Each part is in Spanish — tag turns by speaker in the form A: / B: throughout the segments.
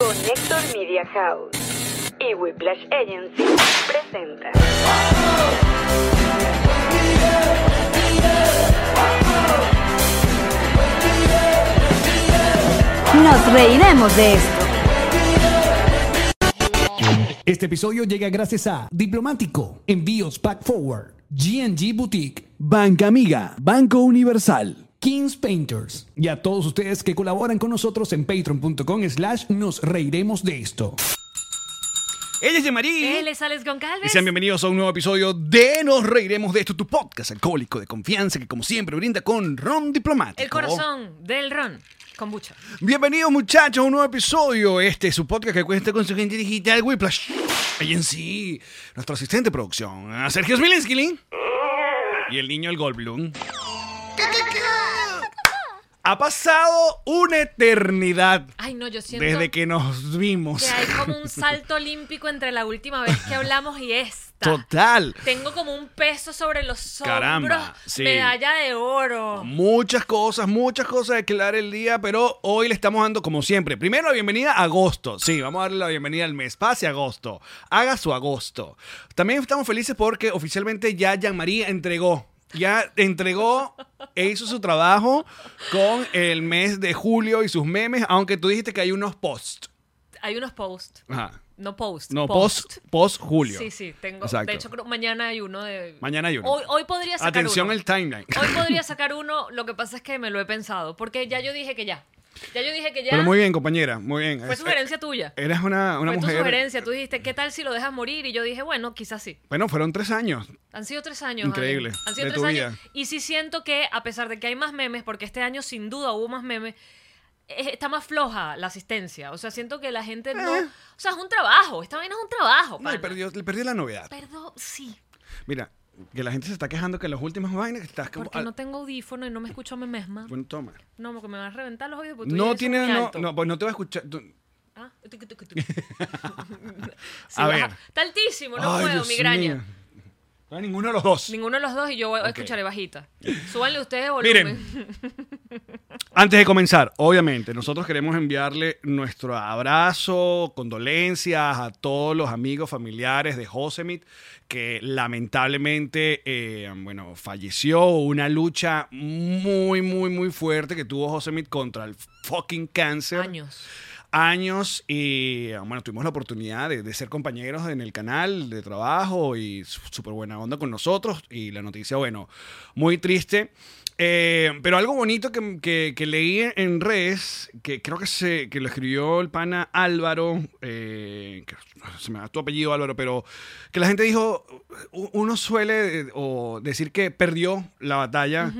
A: Connector Media House y Whiplash Agency presenta.
B: Nos reiremos de esto.
C: Este episodio llega gracias a Diplomático, Envíos Pack Forward, GNG Boutique,
D: Banca Amiga, Banco Universal.
C: Kings Painters y a todos ustedes que colaboran con nosotros en patreon.com slash nos reiremos de esto.
D: Ella es Yamarí.
E: Él es Alex
D: Y
E: Goncalves.
D: sean bienvenidos a un nuevo episodio de Nos Reiremos de esto, tu podcast alcohólico de confianza que como siempre brinda con Ron Diplomático.
E: El corazón del ron. Con bucho.
D: Bienvenidos muchachos a un nuevo episodio. Este es su podcast que cuenta con su gente digital, Whiplash. Ahí en sí, nuestro asistente de producción, a Sergio Smilinski. Y el niño el Goldblum. Ha pasado una eternidad
E: Ay, no, yo siento
D: desde que nos vimos.
E: que hay como un salto olímpico entre la última vez que hablamos y esta.
D: Total.
E: Tengo como un peso sobre los hombros.
D: Caramba, sí.
E: Medalla de oro.
D: Muchas cosas, muchas cosas de aclarar el día, pero hoy le estamos dando, como siempre, primero la bienvenida a agosto. Sí, vamos a darle la bienvenida al mes. Pase agosto. Haga su agosto. También estamos felices porque oficialmente ya Jean-Marie entregó. Ya entregó e hizo su trabajo con el mes de julio y sus memes, aunque tú dijiste que hay unos posts.
E: Hay unos posts.
D: Ajá.
E: No post.
D: No, post, post julio.
E: Sí, sí, tengo.
D: Exacto.
E: De hecho, creo- mañana hay uno de.
D: Mañana hay uno.
E: Hoy, hoy podría sacar
D: Atención
E: uno.
D: el timeline.
E: Hoy podría sacar uno, lo que pasa es que me lo he pensado. Porque ya yo dije que ya. Ya yo dije que ya.
D: Pero muy bien, compañera, muy bien.
E: Fue sugerencia tuya.
D: Eras una, una
E: Fue tu
D: mujer.
E: sugerencia. Tú dijiste, ¿qué tal si lo dejas morir? Y yo dije, bueno, quizás sí.
D: Bueno, fueron tres años.
E: Han sido tres años.
D: Increíble,
E: Ale. Han sido
D: de
E: tres
D: tu
E: años.
D: vida.
E: Y sí siento que, a pesar de que hay más memes, porque este año sin duda hubo más memes, eh, está más floja la asistencia. O sea, siento que la gente no. O sea, es un trabajo. Esta vaina es un trabajo.
D: Eh. No, y
E: pana.
D: perdió, le perdió la novedad.
E: Perdón, sí.
D: Mira, que la gente se está quejando que en las últimas vainas que estás como.
E: Porque
D: ah,
E: no tengo audífono y no me escucho a mí misma.
D: Bueno, toma.
E: No, porque me van a reventar los oídos. porque tú
D: No
E: dices
D: tiene.
E: muy
D: No,
E: alto.
D: no, pues no te va a escuchar. tú-
E: Ah, tucu, tucu, tucu. Sí,
D: A
E: baja.
D: ver.
E: Está altísimo, no
D: Ay,
E: puedo,
D: Dios
E: migraña.
D: mío. No hay ninguno de los dos.
E: Ninguno de los dos y yo voy- escucharé bajita. Súbanle ustedes el volumen.
D: Miren, antes de comenzar, obviamente, nosotros queremos enviarle nuestro abrazo, condolencias a todos los amigos familiares de Josemit, que lamentablemente, eh, bueno, falleció. Una lucha muy, muy, muy fuerte que tuvo Josemit contra el fucking cáncer.
E: Años.
D: años y bueno, tuvimos la oportunidad de, de ser compañeros en el canal de trabajo y su- súper buena onda con nosotros y la noticia, bueno, muy triste. Eh, pero algo bonito que, que- que leí en redes, que creo que, se, que lo escribió el pana Álvaro, eh, que se me da tu apellido Álvaro, pero que la gente dijo, u- uno suele eh, o decir que perdió la batalla.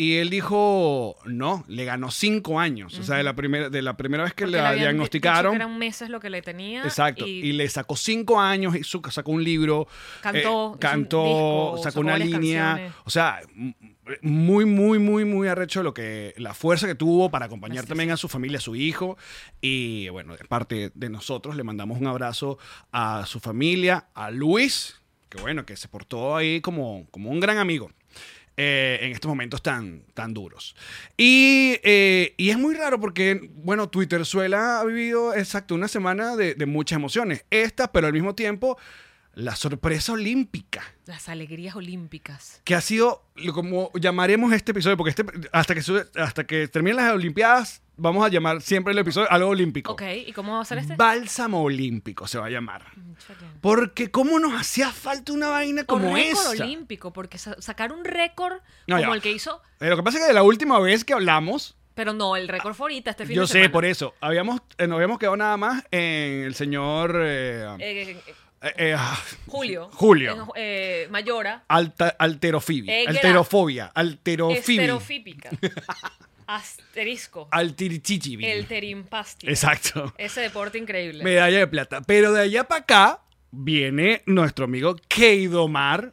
D: Y él dijo, no, le ganó cinco años. O sea, de la, primera, de la primera vez que
E: Porque le
D: la
E: habían di- dicho
D: diagnosticaron.
E: que eran meses lo que le tenía.
D: Exacto. Y,
E: Y,
D: le sacó cinco años, hizo- sacó un libro.
E: Cantó,
D: eh,
E: hizo un
D: cantó,
E: disco,
D: sacó,
E: sacó
D: una
E: varias
D: línea.
E: canciones.
D: O sea, m- muy, muy, muy, muy arrecho lo que, la fuerza que tuvo para acompañar
E: Así
D: también a su familia, a su hijo. Y bueno, de parte de nosotros le mandamos un abrazo a su familia, a Luis, que bueno, que se portó ahí como, como un gran amigo. eh, en estos momentos tan, tan duros. Y, eh, y es muy raro porque, bueno, Twitter suela ha vivido exacto una semana de, de muchas emociones. Esta, pero al mismo tiempo, la sorpresa olímpica
E: las alegrías olímpicas.
D: que ha sido lo- como llamaremos este episodio, porque este, hasta, que, sube- hasta que terminen las Olimpiadas, vamos a llamar siempre el episodio algo olímpico.
E: Ok, ¿y cómo va a ser este?
D: Bálsamo olímpico se va a llamar.
E: Muchacha.
D: Porque cómo nos hacía falta una vaina
E: O
D: como
E: récord
D: esa.
E: olímpico, porque sa- sacar un récord
D: No,
E: como
D: ya.
E: el que hizo.
D: Eh, lo que pasa es que de la última vez que hablamos,
E: Pero no, el récord fue ahorita, este fin
D: yo
E: de
D: sé,
E: semana.
D: por eso, habíamos, eh, nos habíamos quedado nada más en el señor eh,
E: Eh, eh, eh,
D: eh, eh, ah,
E: Julio.
D: Julio.
E: Eh, Mayora.
D: Alta- alterofibia,
E: Eh, que era-
D: alterofobia, alterofibia,
E: Esterofípica. Asterisco.
D: altirchichibia.
E: El terimpasti.
D: Exacto.
E: Ese deporte increíble.
D: Medalla de plata. Pero de allá para acá viene nuestro amigo Keidomar.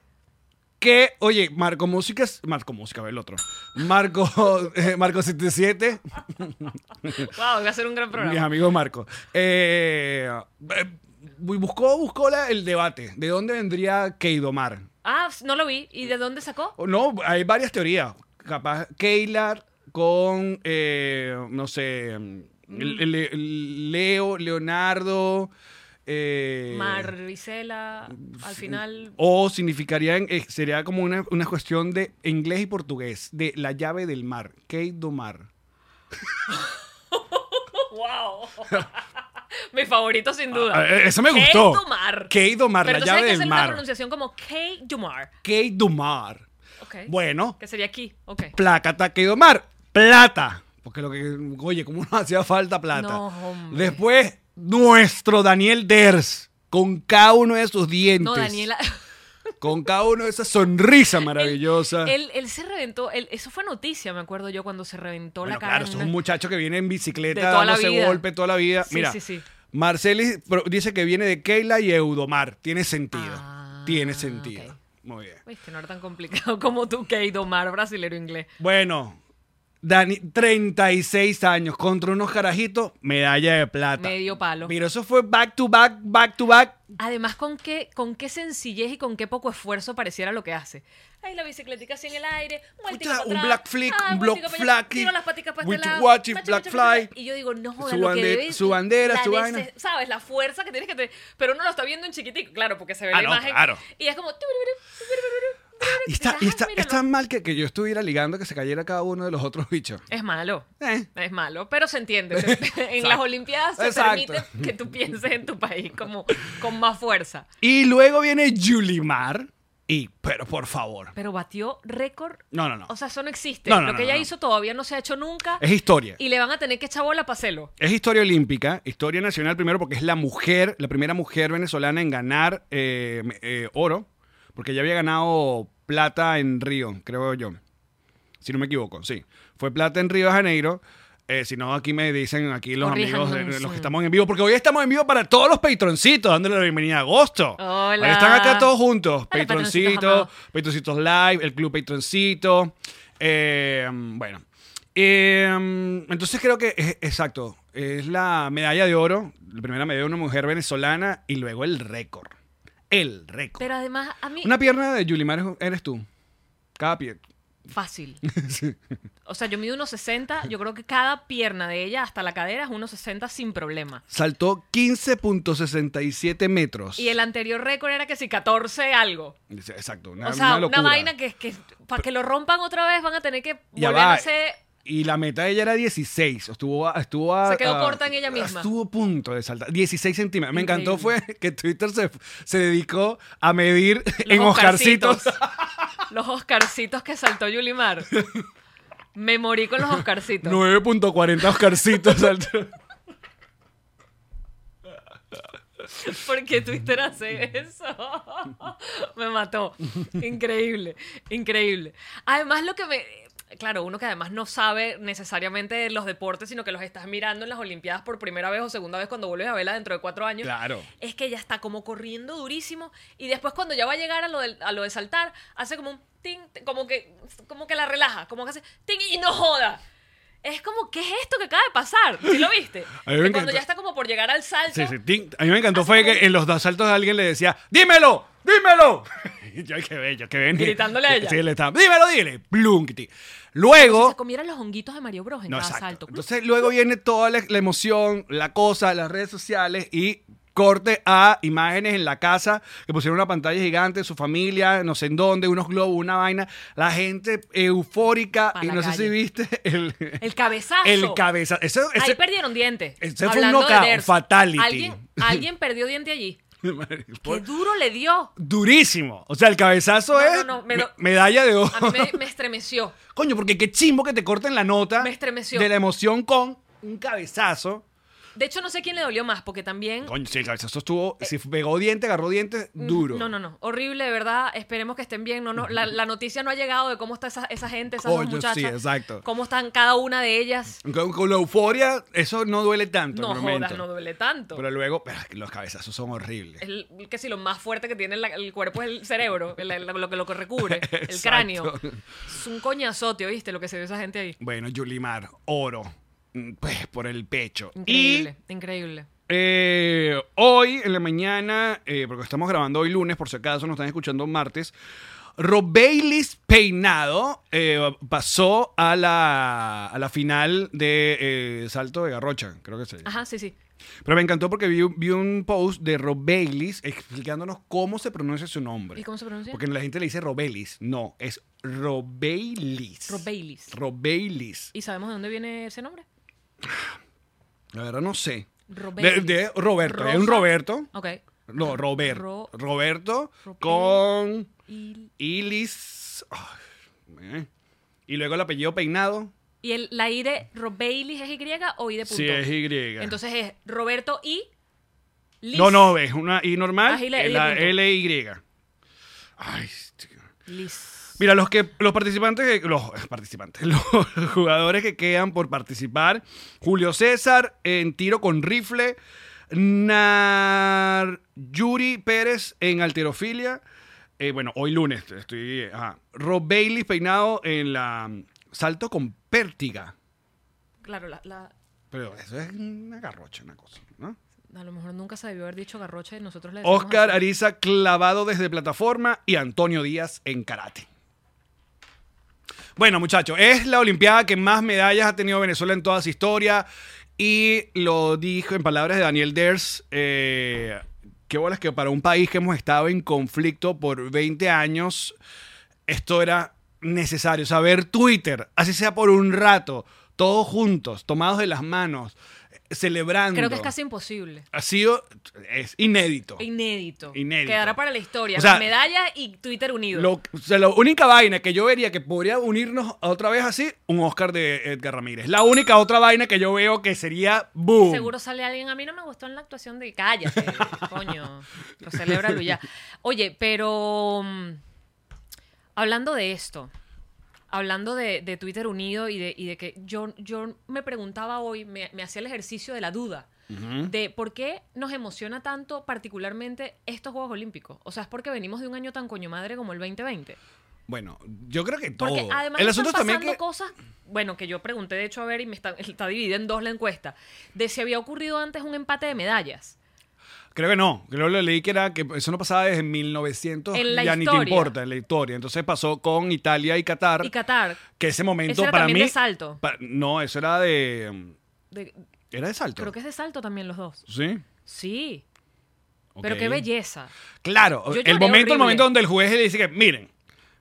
D: Que, oye, Marco Músicas. Marco Música, el otro. Marco, eh, Marco 77.
E: Wow, iba a ser un gran
D: Mis
E: programa.
D: amigos Marco. Eh, eh, buscó buscó la- el debate. ¿De dónde vendría Keidomar?
E: Ah, no lo vi. ¿Y de dónde sacó?
D: No, hay varias teorías. Capaz Keilar con, eh, no sé, Le- le- Leo, Leonardo. eh, mm,
E: Maricela, al final.
D: O significaría, en- eh, sería como una, una cuestión de inglés y portugués, de la llave del mar, Kate do Mar.
E: ¡Wow! Mi favorito, sin duda.
D: Ah, eh, eso me gustó.
E: Kate Dumar.
D: Kate Dumar,
E: Pero
D: la
E: tú
D: llave
E: sabes que
D: del
E: es
D: mar.
E: una pronunciación como Kate Dumar.
D: Kate do Mar.
E: Ok.
D: Bueno,
E: Que sería aquí. Ok.
D: plácata, Kate do Mar, plata. Porque lo que, oye, ¿cómo nos hacía falta plata?
E: No, hombre.
D: Después, nuestro Daniel Ders, con cada uno de sus dientes.
E: No, Daniela.
D: Con cada uno de esas sonrisas maravillosas.
E: Él, él se reventó. él- eso fue noticia, me acuerdo yo, cuando se reventó
D: Bueno,
E: la cara.
D: claro, eso es un muchacho que viene en bicicleta
E: De toda la
D: dándose
E: vida.
D: golpe toda la vida.
E: Sí,
D: Mira,
E: sí, sí.
D: Marcelis pro- dice que viene de Keila y Eudomar. Tiene sentido.
E: Ah,
D: Tiene sentido.
E: ok.
D: Muy bien.
E: Viste, no era tan complicado como tú, Kate Dumar, brasilero inglés.
D: Bueno, Dani, 36 años contra unos carajitos, medalla de plata.
E: Medio palo.
D: Pero eso fue back to back, back to back.
E: Además, con qué, con qué sencillez y con qué poco esfuerzo pareciera lo que hace. Ay, la bicicletica así en el aire. vueltica
D: Pucha,
E: pa'
D: un
E: atrás,
D: black flick,
E: ay,
D: un
E: vueltica
D: block
E: pa' allá,
D: flacky,
E: Tiro las paticas para
D: with
E: este lado.
D: watchy,
E: machi,
D: black
E: machi, machi,
D: fly.
E: Y yo digo, no, joda,
D: Su
E: lo que
D: bandera-
E: debe-
D: su bandera,
E: la
D: su
E: nece-
D: vaina.
E: ¿Sabes? La fuerza que tienes que tener. Pero uno lo está viendo en chiquitico, claro, porque se ve
D: Ah,
E: la
D: no,
E: imagen.
D: claro.
E: Y es como...
D: Y está,
E: Ah,
D: y está,
E: míralo.
D: es tan mal que, que yo estuviera ligando que se cayera cada uno de los otros bichos.
E: Es malo.
D: Eh.
E: Es malo, pero se entiende. Se- en las
D: Exacto.
E: Olimpiadas se
D: Exacto.
E: permite que tú pienses en tu país como con más fuerza.
D: Y luego viene Yulimar. Y, pero por favor.
E: Pero batió récord.
D: No, no, no.
E: O sea, eso no existe.
D: No, no,
E: Lo
D: no,
E: que
D: no,
E: ella
D: no.
E: hizo todavía no se ha hecho nunca.
D: Es historia.
E: Y le van a tener que echar bola para hacerlo.
D: Es historia olímpica, historia nacional primero porque es la mujer, la primera mujer venezolana en ganar eh, me- eh, oro, porque ya había ganado plata en Río, creo yo, si no me equivoco, sí. Fue plata en Río de Janeiro. eh, si no, aquí me dicen aquí los amigos, de-
E: Corríjanos.
D: los que estamos en vivo, porque hoy estamos en vivo para todos los patroncitos, dándole la bienvenida a agosto.
E: Hola.
D: Ahí están acá todos juntos,
E: Hola, patroncitos
D: patroncitos,
E: amados.
D: Patroncitos Live, el Club Patroncito. eh, bueno. Eh, entonces creo que es exacto. Es la medalla de oro, la primera medalla de una mujer venezolana y luego el récord. El récord.
E: Pero además, a mí.
D: Una pierna de Yulimar es- eres tú. Cada pie.
E: Fácil. O sea, yo mido 1,60. Yo creo que cada pierna de ella hasta la cadera es 1,60 sin problema.
D: Saltó 15.67 metros.
E: Y el anterior récord era que si 14 algo.
D: Exacto. Una,
E: o sea, una,
D: locura.
E: vaina que, que para que lo rompan otra vez van a tener que
D: Ya
E: volver a
D: va.
E: hacer.
D: Y la meta de ella era 16. Estuvo a, estuvo a-
E: Se quedó
D: a-
E: corta en ella misma.
D: Estuvo a punto de saltar. 16 centímetros. Me encantó fue
E: Increíble.
D: que Twitter se, se dedicó a medir en
E: Los
D: Oscarcitos.
E: Oscarcitos. los Oscarcitos que saltó Yulimar. Me morí con los Oscarcitos.
D: 9.40 Oscarcitos saltó.
E: ¿Por qué Twitter hace eso? me mató. Increíble, increíble. Además, lo que me. Claro, uno que además no sabe necesariamente de los deportes, sino que los estás mirando en las Olimpiadas por primera vez o segunda vez cuando vuelves a verla dentro de cuatro años.
D: Claro.
E: Es que ella está como corriendo durísimo y después cuando ya va a llegar a lo, del- a lo de saltar, hace como un ting, como que, como que la relaja, como que hace ting y no joda. Es como, ¿qué es esto que acaba de pasar? ¿Sí lo viste?
D: A mí me
E: Que
D: encantó.
E: cuando ya está como por llegar al salto,
D: Sí, sí, ting. A mí me encantó
E: Así
D: fue
E: como-
D: que en los asaltos alguien le decía, ¡dímelo! ¡Dímelo! Y yo, qué bello, qué bien.
E: Gritándole a ella.
D: Sí, le estaba, ¡dímelo, dile! Plunkty.
E: Si
D: Luego...
E: se comieran los honguitos de Mario Bros en
D: No,
E: cada
D: exacto.
E: salto.
D: Entonces luego viene toda la, la emoción, la cosa, las redes sociales y corte a imágenes en la casa que pusieron una pantalla gigante, su familia, no sé en dónde, unos globos, una vaina, la gente eufórica
E: Pa'
D: y
E: la
D: no sé
E: calle.
D: si viste el,
E: el cabezazo.
D: el cabeza. Ese-
E: Ahí
D: ese-
E: perdieron dientes.
D: ese fue un
E: Hablando de
D: knockout,
E: Ders.
D: fatality.
E: Alguien, alguien perdió diente allí. Qué
D: por-
E: duro le dio.
D: durísimo. O sea, el cabezazo
E: No,
D: es
E: no, no, me
D: me-
E: do-
D: medalla de oro.
E: A mí me, me estremeció.
D: Coño, porque qué chimbo que te corten la nota
E: Me estremeció.
D: de la emoción con un cabezazo.
E: De hecho, no sé quién le dolió más, porque también. mm,
D: Coño, sí, el cabezazo estuvo. si pegó diente, agarró dientes, duro.
E: Eh. No, no, no. Horrible, de verdad. Esperemos que estén bien. No, no, la, la noticia no ha llegado de cómo está esa, esa gente, esas dos
D: Coño, sí,
E: muchachas.
D: exacto.
E: Cómo están cada una de ellas.
D: Con, con la euforia, eso no duele tanto. en
E: No
D: el
E: jodas,
D: momento.
E: no duele tanto.
D: Pero luego, pero es que los cabezazos son horribles.
E: el, que si lo más fuerte que tiene la- el cuerpo es el cerebro, el- el- lo que lo que recubre, el
D: Exacto.
E: cráneo. Es un coñazote, ¿oíste? Lo que se dio esa gente ahí.
D: Bueno, Yulimar, oro. mm, Pues por el pecho. Y
E: Increíble, increíble.
D: Eh, hoy en la mañana, eh, porque estamos grabando hoy lunes, por si acaso nos están escuchando martes, Rob Bayliss peinado eh, pasó a la, a la final de eh, Salto de Garrocha, creo que se llama.
E: Ajá, sí, sí.
D: Pero me encantó porque vi, un- vi un post de Rob Bayliss explicándonos cómo se pronuncia su nombre.
E: ¿Y cómo se pronuncia?
D: Porque la gente le dice Robelis. No, es Robelis.
E: Rob Bayliss.
D: Robelis.
E: ¿Y sabemos de dónde viene ese nombre?
D: La verdad no sé.
E: Rob
D: De,
E: Bayliss.
D: de Roberto. Es un
E: Rosa.
D: Roberto.
E: Ok.
D: No, Robert.
E: Ro-
D: Roberto
E: Robe-
D: con
E: Y,
D: Ilis. Ay, eh. Y luego el apellido peinado.
E: y el, la I de Rob Bayliss es Y o I de punto.
D: Sí, es Y.
E: Entonces es Roberto I. Liz.
D: no, no, es una I normal.
E: Ah, y la-
D: es
E: y
D: la
E: punto.
D: L-Y. Ay, tío.
E: Liz.
D: Mira, los que los participantes, que- los participantes, los jugadores que quedan por participar, Julio César en tiro con rifle, Nar Yuri Pérez en alterofilia, eh, bueno, hoy lunes estoy, ajá. Rob Bailey peinado en la mm, salto con pértiga.
E: Claro, la, la-
D: Pero eso es una garrocha, una cosa, ¿no?
E: a lo mejor nunca se debió haber dicho garrocha y nosotros le decimos
D: Oscar
E: así.
D: Ariza clavado desde plataforma y Antonio Díaz en karate. Bueno, muchachos, es la Olimpiada que más medallas ha tenido Venezuela en toda su historia. Y lo dijo en palabras de Daniel Ders. eh, qué bolas que para un país que hemos estado en conflicto por 20 años, esto era necesario. Saber Twitter, así sea por un rato, todos juntos, tomados de las manos, celebrando.
E: Creo que es casi imposible.
D: Ha sido. Es inédito.
E: Inédito.
D: Inédito.
E: Quedará para la historia.
D: O sea,
E: las medallas y Twitter unido.
D: Lo- o sea, la única vaina que yo vería que podría unirnos otra vez así, un Oscar de Edgar Ramírez. La única otra vaina que yo veo que sería boom.
E: Seguro sale alguien. A mí no me gustó en la actuación de. Cállate, coño. Lo celébralo ya. Oye, pero. mm, Hablando de esto. Hablando de, de Twitter unido y de, y de que yo, yo me preguntaba hoy, me, me hacía el ejercicio de la duda de por qué nos emociona tanto particularmente estos Juegos Olímpicos. O sea, es porque venimos de un año tan coño madre como el 2020.
D: Bueno, yo creo que todo.
E: Porque además
D: el
E: están
D: asunto es
E: pasando
D: también que.
E: cosas, bueno, que yo pregunté de hecho a ver y me está, está dividida en dos la encuesta, de si había ocurrido antes un empate de medallas.
D: Creo que no. Creo que lo leí que era que eso no pasaba desde 1900.
E: En la
D: ya ni te
E: historia.
D: importa en la historia. Entonces pasó con Italia y Qatar.
E: Y Qatar,
D: que ese momento
E: Ese era
D: para
E: también
D: mí.
E: de salto.
D: pa- no, eso era de.
E: de-
D: Era de salto.
E: creo que es de salto también los dos.
D: Sí.
E: Sí, pero
D: ok.
E: qué belleza.
D: Claro,
E: Yo lloré
D: el momento, el
E: horrible.
D: momento donde el juez le dice que, miren,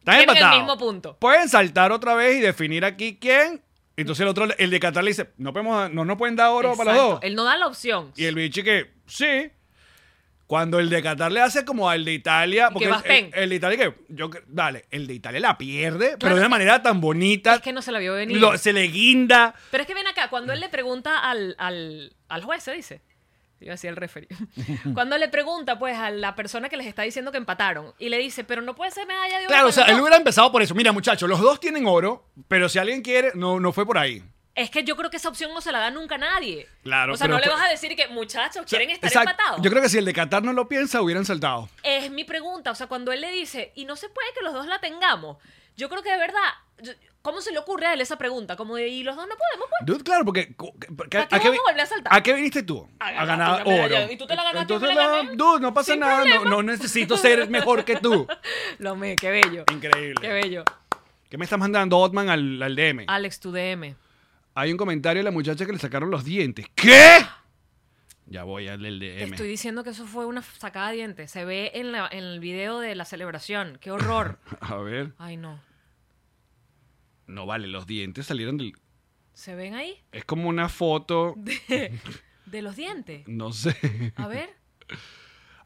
D: están
E: Tienen el
D: empatados.
E: mismo punto.
D: Pueden saltar otra vez y definir aquí quién. Entonces el otro, el de Qatar le dice, no podemos, dar- no nos pueden dar oro para los
E: Exacto,
D: dos.
E: Él no da la opción.
D: Y el bicho que, sí. Cuando el de Qatar le hace como al de Italia,
E: que
D: porque el-
E: vas
D: el,
E: pen.
D: el de Italia que, yo, que- dale, el de Italia la pierde, pero
E: Claro.
D: de una manera tan bonita,
E: es que no se la vio venir.
D: lo- se le guinda.
E: Pero es que ven acá, cuando él le pregunta al, al, al juez, se dice. Yo decía el referido. Cuando le pregunta, pues, a la persona que les está diciendo que empataron, y le dice, pero no puede ser medalla de oro.
D: Claro, o
E: para
D: sea,
E: los
D: él
E: dos".
D: hubiera empezado por eso. Mira, muchachos, los dos tienen oro, pero si alguien quiere, no, no fue por ahí.
E: Es que yo creo que esa opción no se la da nunca a nadie.
D: Claro,
E: O sea,
D: pero
E: no le
D: fue-
E: vas a decir que, muchachos, quieren estar
D: Exacto.
E: empatados.
D: Yo creo que si el de Qatar no lo piensa, hubieran saltado.
E: Es mi pregunta. O sea, cuando él le dice, y no se puede que los dos la tengamos, yo creo que de verdad, yo- ¿cómo se le ocurre a él esa pregunta? Como de, y los dos no podemos, pues.
D: Dude, claro, porque. co- que- porque
E: ¿Para qué vamos a volver a saltar?
D: ¿A qué viniste tú?
E: A
D: A
E: ganar
D: ganar
E: una medalla.
D: oro.
E: Y tú te la ganaste, yo me
D: Entonces,
E: la
D: no,
E: gané.
D: dude, no pasa
E: Sin
D: nada. No,
E: problema.
D: no necesito ser mejor que tú.
E: Lo amé, qué bello.
D: Increíble.
E: Qué bello. Ah.
D: ¿Qué me estás mandando, Otman, al, al DM?
E: Alex, tu DM.
D: Hay un comentario de la muchacha que le sacaron los dientes. ¿Qué? Ya voy al del
E: Te
D: DM.
E: estoy diciendo que eso fue una sacada de dientes. Se ve en, la- en el video de la celebración. ¡Qué horror!
D: A ver.
E: Ay, no.
D: No vale, los dientes salieron del.
E: ¿Se ven ahí?
D: Es como una foto.
E: De, de los dientes.
D: No sé.
E: A ver.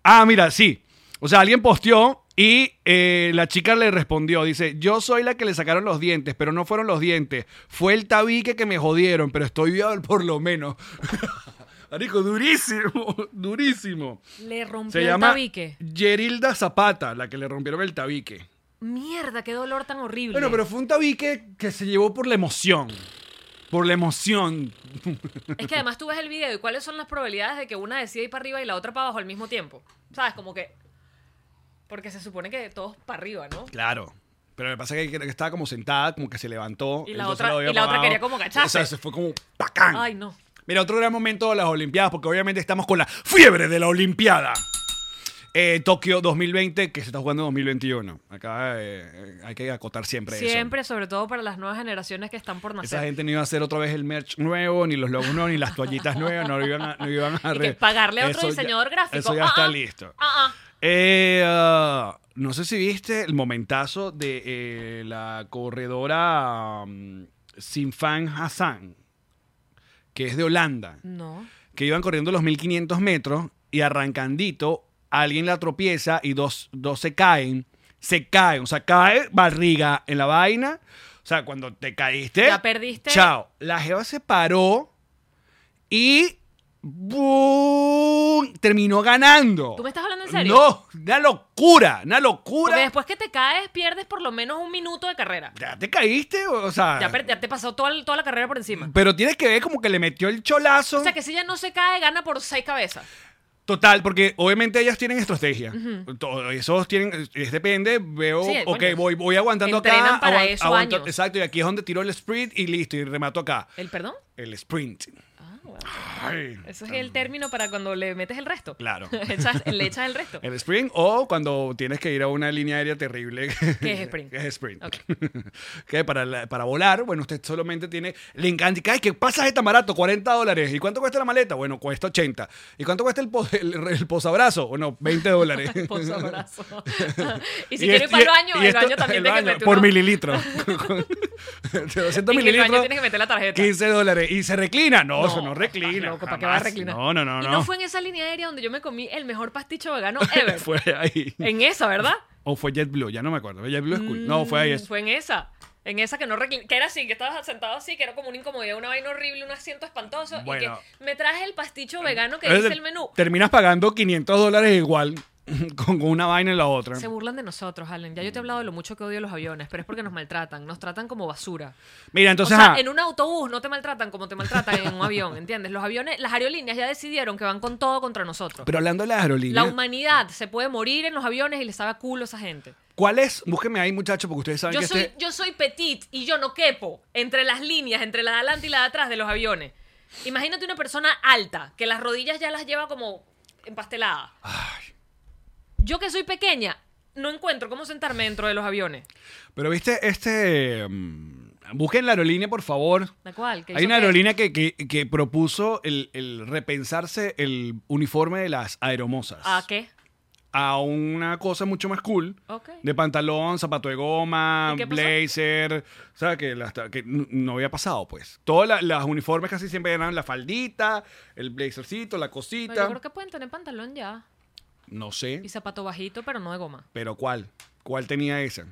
D: Ah, mira, sí. O sea, alguien posteó y eh, la chica le respondió. Dice, yo soy la que le sacaron los dientes, pero no fueron los dientes. Fue el tabique que me jodieron, pero estoy viva por lo menos. Marico, durísimo, durísimo.
E: Le rompió
D: Se
E: el
D: llama
E: tabique.
D: Yerilda Zapata, la que le rompieron el tabique.
E: Mierda, qué dolor tan horrible.
D: Bueno, pero fue un tabique que se llevó por la emoción. Por la emoción.
E: Es que además tú ves el video y cuáles son las probabilidades de que una decida ir para arriba y la otra para abajo al mismo tiempo. ¿Sabes? Como que. Porque se supone que todos para arriba, ¿no?
D: Claro. Pero me pasa que que estaba como sentada, como que se levantó.
E: Y la
D: entonces
E: otra-
D: dio
E: y la
D: para
E: otra
D: abajo.
E: quería como agacharse.
D: O sea, se fue como ¡pacán!
E: Ay, no.
D: Mira, otro gran momento de las Olimpiadas, porque obviamente estamos con la fiebre de la Olimpiada. Eh, Tokio 2020, que se está jugando en 2021. Acá eh, hay que acotar siempre, eso.
E: Siempre, sobre todo para las nuevas generaciones que están por
D: Esa
E: nacer.
D: gente no iba a hacer otra vez el merch nuevo, ni los logos nuevos, ni las toallitas nuevas, no lo iban a, no lo iban a
E: Y que
D: re-
E: pagarle a otro
D: Eso ya-
E: diseñador gráfico.
D: Eso ya
E: Ah,
D: está
E: ah.
D: listo.
E: Ah, ah.
D: Eh, ah, no sé si viste el momentazo de eh, la corredora mm, Sinfan Hassan, que es de Holanda,
E: No.
D: que iban corriendo los 1500 metros y arrancandito, alguien la tropieza y dos, dos se caen. Se caen, o sea, cae barriga en la vaina. O sea, cuando te caíste.
E: Ya perdiste.
D: Chao. La Jeva se paró y. ¡Bum! Terminó ganando.
E: ¿Tú me estás hablando en serio?
D: No, una locura, una locura.
E: Porque después que te caes, pierdes por lo menos un minuto de carrera.
D: Ya te caíste, o sea.
E: Ya, per- ya te pasó toda, toda la carrera por encima.
D: pero tienes que ver como que le metió el cholazo.
E: O sea que si ella no se cae, gana por seis cabezas.
D: Total, porque obviamente ellas tienen estrategia. To- Esos tienen, es depende, veo,
E: Sí,
D: ok,
E: bueno,
D: voy, voy aguantando
E: entrenan
D: acá.
E: para
D: aguan-
E: eso
D: aguanto-
E: años.
D: Exacto, y aquí es donde tiro el sprint y listo, y remato acá.
E: ¿El perdón?
D: El sprint.
E: Ah, bueno.
D: Ay,
E: Eso es el término para cuando le metes el resto.
D: Claro.
E: Echas- le echas el resto.
D: El sprint o cuando tienes que ir a una línea aérea terrible.
E: ¿Qué es sprint?
D: Que es sprint.
E: Ok.
D: que para, la- para volar, bueno, usted solamente tiene... Le encanta. Ay, ¿qué pasa este barato? 40 dólares. ¿Y cuánto cuesta la maleta? Bueno, cuesta 80. ¿Y cuánto cuesta el, po- el, el posabrazo? Bueno, 20 dólares.
E: Posabrazo. y si
D: Y
E: quiero
D: es-
E: ir para el
D: y-
E: baño,
D: y
E: el
D: esto-
E: baño también
D: el
E: te hay que
D: baño,
E: meter
D: Por
E: uno.
D: mililitro. De 200
E: En que el baño
D: mililitros.
E: tienes que meter la tarjeta.
D: 15 dólares. ¿Y se reclina? No, eso no
E: estás
D: reclina.
E: loco, ¿para qué va a
D: jamás.
E: reclinar?
D: No, no, no.
E: Y no fue en esa línea aérea donde yo me comí el mejor pasticho vegano ever.
D: Fue ahí.
E: En esa, ¿verdad?
D: O fue JetBlue, ya no me acuerdo. JetBlue es cool. No, fue ahí.
E: Mm, Fue en esa. En esa que no recli- que era así, que estabas sentado así, que era como una incomodidad, una vaina horrible, un asiento espantoso.
D: Bueno.
E: Y que me traje el pasticho vegano que
D: Entonces,
E: dice el menú.
D: Terminas pagando 500 dólares igual con una vaina en la otra.
E: Se burlan de nosotros, Allen. Ya yo
D: Mm.
E: te he hablado de lo mucho que odio los aviones, pero es porque nos maltratan. Nos tratan como basura.
D: Mira, entonces.
E: o sea,
D: ah,
E: en un autobús no te maltratan como te maltratan en un avión, ¿entiendes? Los aviones, las aerolíneas ya decidieron que van con todo contra nosotros.
D: Pero hablando de las
E: la
D: aerolíneas.
E: humanidad se puede morir en los aviones y les sabe a culo a esa gente.
D: ¿Cuál es? Búsqueme ahí, muchachos, porque ustedes saben
E: Yo
D: que
E: soy,
D: este.
E: yo soy petit y yo no quepo entre las líneas, entre la de adelante y la de atrás de los aviones. Imagínate una persona alta que las rodillas ya las lleva como empasteladas. Yo que soy pequeña, no encuentro cómo sentarme dentro de los aviones.
D: Pero viste, este. mm, Busquen la aerolínea, por favor.
E: ¿La cual? que
D: Hay
E: hizo
D: una
E: que-
D: aerolínea que, que, que propuso el, el repensarse el uniforme de las aeromosas.
E: ¿A Ah, qué?
D: a una cosa mucho más cool.
E: Ok.
D: De pantalón, zapato de goma,
E: ¿Y qué pasó?
D: blazer. O sea, que, las- que n- no había pasado, pues. Todas la- las uniformes casi siempre eran la faldita, el blazercito, la
E: Pero
D: cosita.
E: yo creo que pueden tener pantalón ya.
D: No sé,
E: Y zapato bajito, pero no de goma.
D: pero ¿cuál? ¿Cuál tenía esa?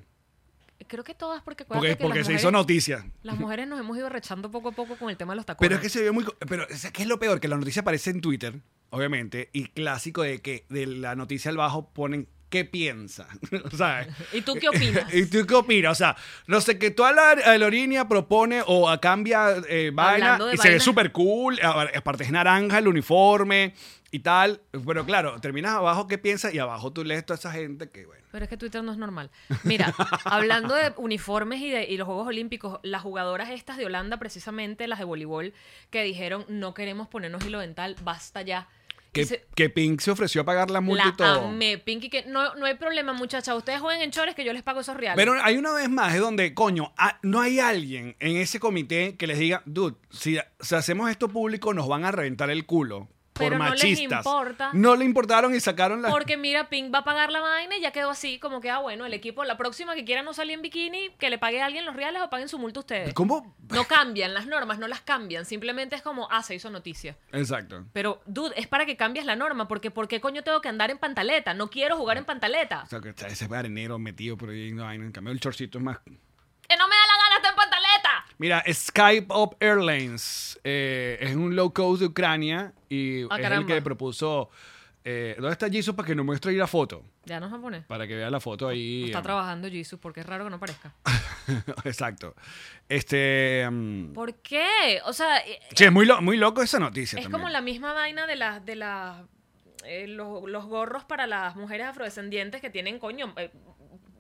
E: Creo que todas, porque acuérdate
D: Porque,
E: que
D: porque
E: las
D: se
E: mujeres-
D: hizo noticia.
E: Las mujeres nos hemos ido rechando poco a poco con el tema de los tacones.
D: Pero es que se vio muy... co- Pero, o sea, ¿qué es lo peor? Que la noticia aparece en Twitter, obviamente, y clásico de que de la noticia al bajo ponen ¿qué piensa? o sea,
E: ¿Y tú qué opinas?
D: ¿Y tú qué opinas? O sea, no sé que toda la aerolínea propone o a- cambia eh, vaina
E: Hablando de
D: y se ve
E: vaina.
D: súper cool. a- Aparte es naranja el uniforme y tal. Pero claro, terminas abajo, ¿qué piensas? Y abajo tú lees toda esa gente que, bueno.
E: Pero es que Twitter no es normal. Mira, hablando de uniformes y de y los Juegos Olímpicos, las jugadoras estas de Holanda, precisamente las de voleibol, que dijeron no queremos ponernos hilo dental, basta ya. Y
D: Que,
E: se-
D: que Pink se ofreció a pagar la multa
E: la
D: y todo.
E: amé, Pinky, que no, no hay problema, muchacha. Ustedes jueguen en chores que yo les pago esos reales.
D: Pero hay una vez más, es donde, coño, ah, no hay alguien en ese comité que les diga, dude, si, si hacemos esto público nos van a reventar el culo. Por
E: Pero no les
D: machistas.
E: importa.
D: No le importaron y sacaron la...
E: porque mira, Pink va a pagar la vaina y ya quedó así, como que, ah, bueno, el equipo, la próxima que quiera no salir en bikini, que le pague a alguien los reales o paguen su multa ustedes.
D: ¿Cómo?
E: No cambian, las normas no las cambian, simplemente es como, ah, se hizo noticia.
D: Exacto.
E: Pero, dude, es para que cambies la norma, porque ¿por qué coño tengo que andar en pantaleta? No quiero jugar en pantaleta.
D: O sea, que está ese arenero metido por ahí. No, en cambio, el chorcito es más.
E: ¡Que no me da la gana estar en pantaleta!
D: Mira, Skype Up Airlines eh, es un low cost de Ucrania y
E: Ah,
D: es el
E: caramba.
D: que propuso. eh, ¿Dónde está Jisoo para que nos muestre ahí la foto?
E: Ya nos va a poner.
D: Para que vea la foto ahí.
E: Está trabajando Jesus, porque es raro que no parezca.
D: Exacto. Este. mm,
E: ¿Por qué? O sea, eh,
D: sí, es muy, lo- muy loco esa noticia.
E: es
D: también.
E: como la misma vaina de las... De las eh, los, los gorros para las mujeres afrodescendientes que tienen, coño, eh,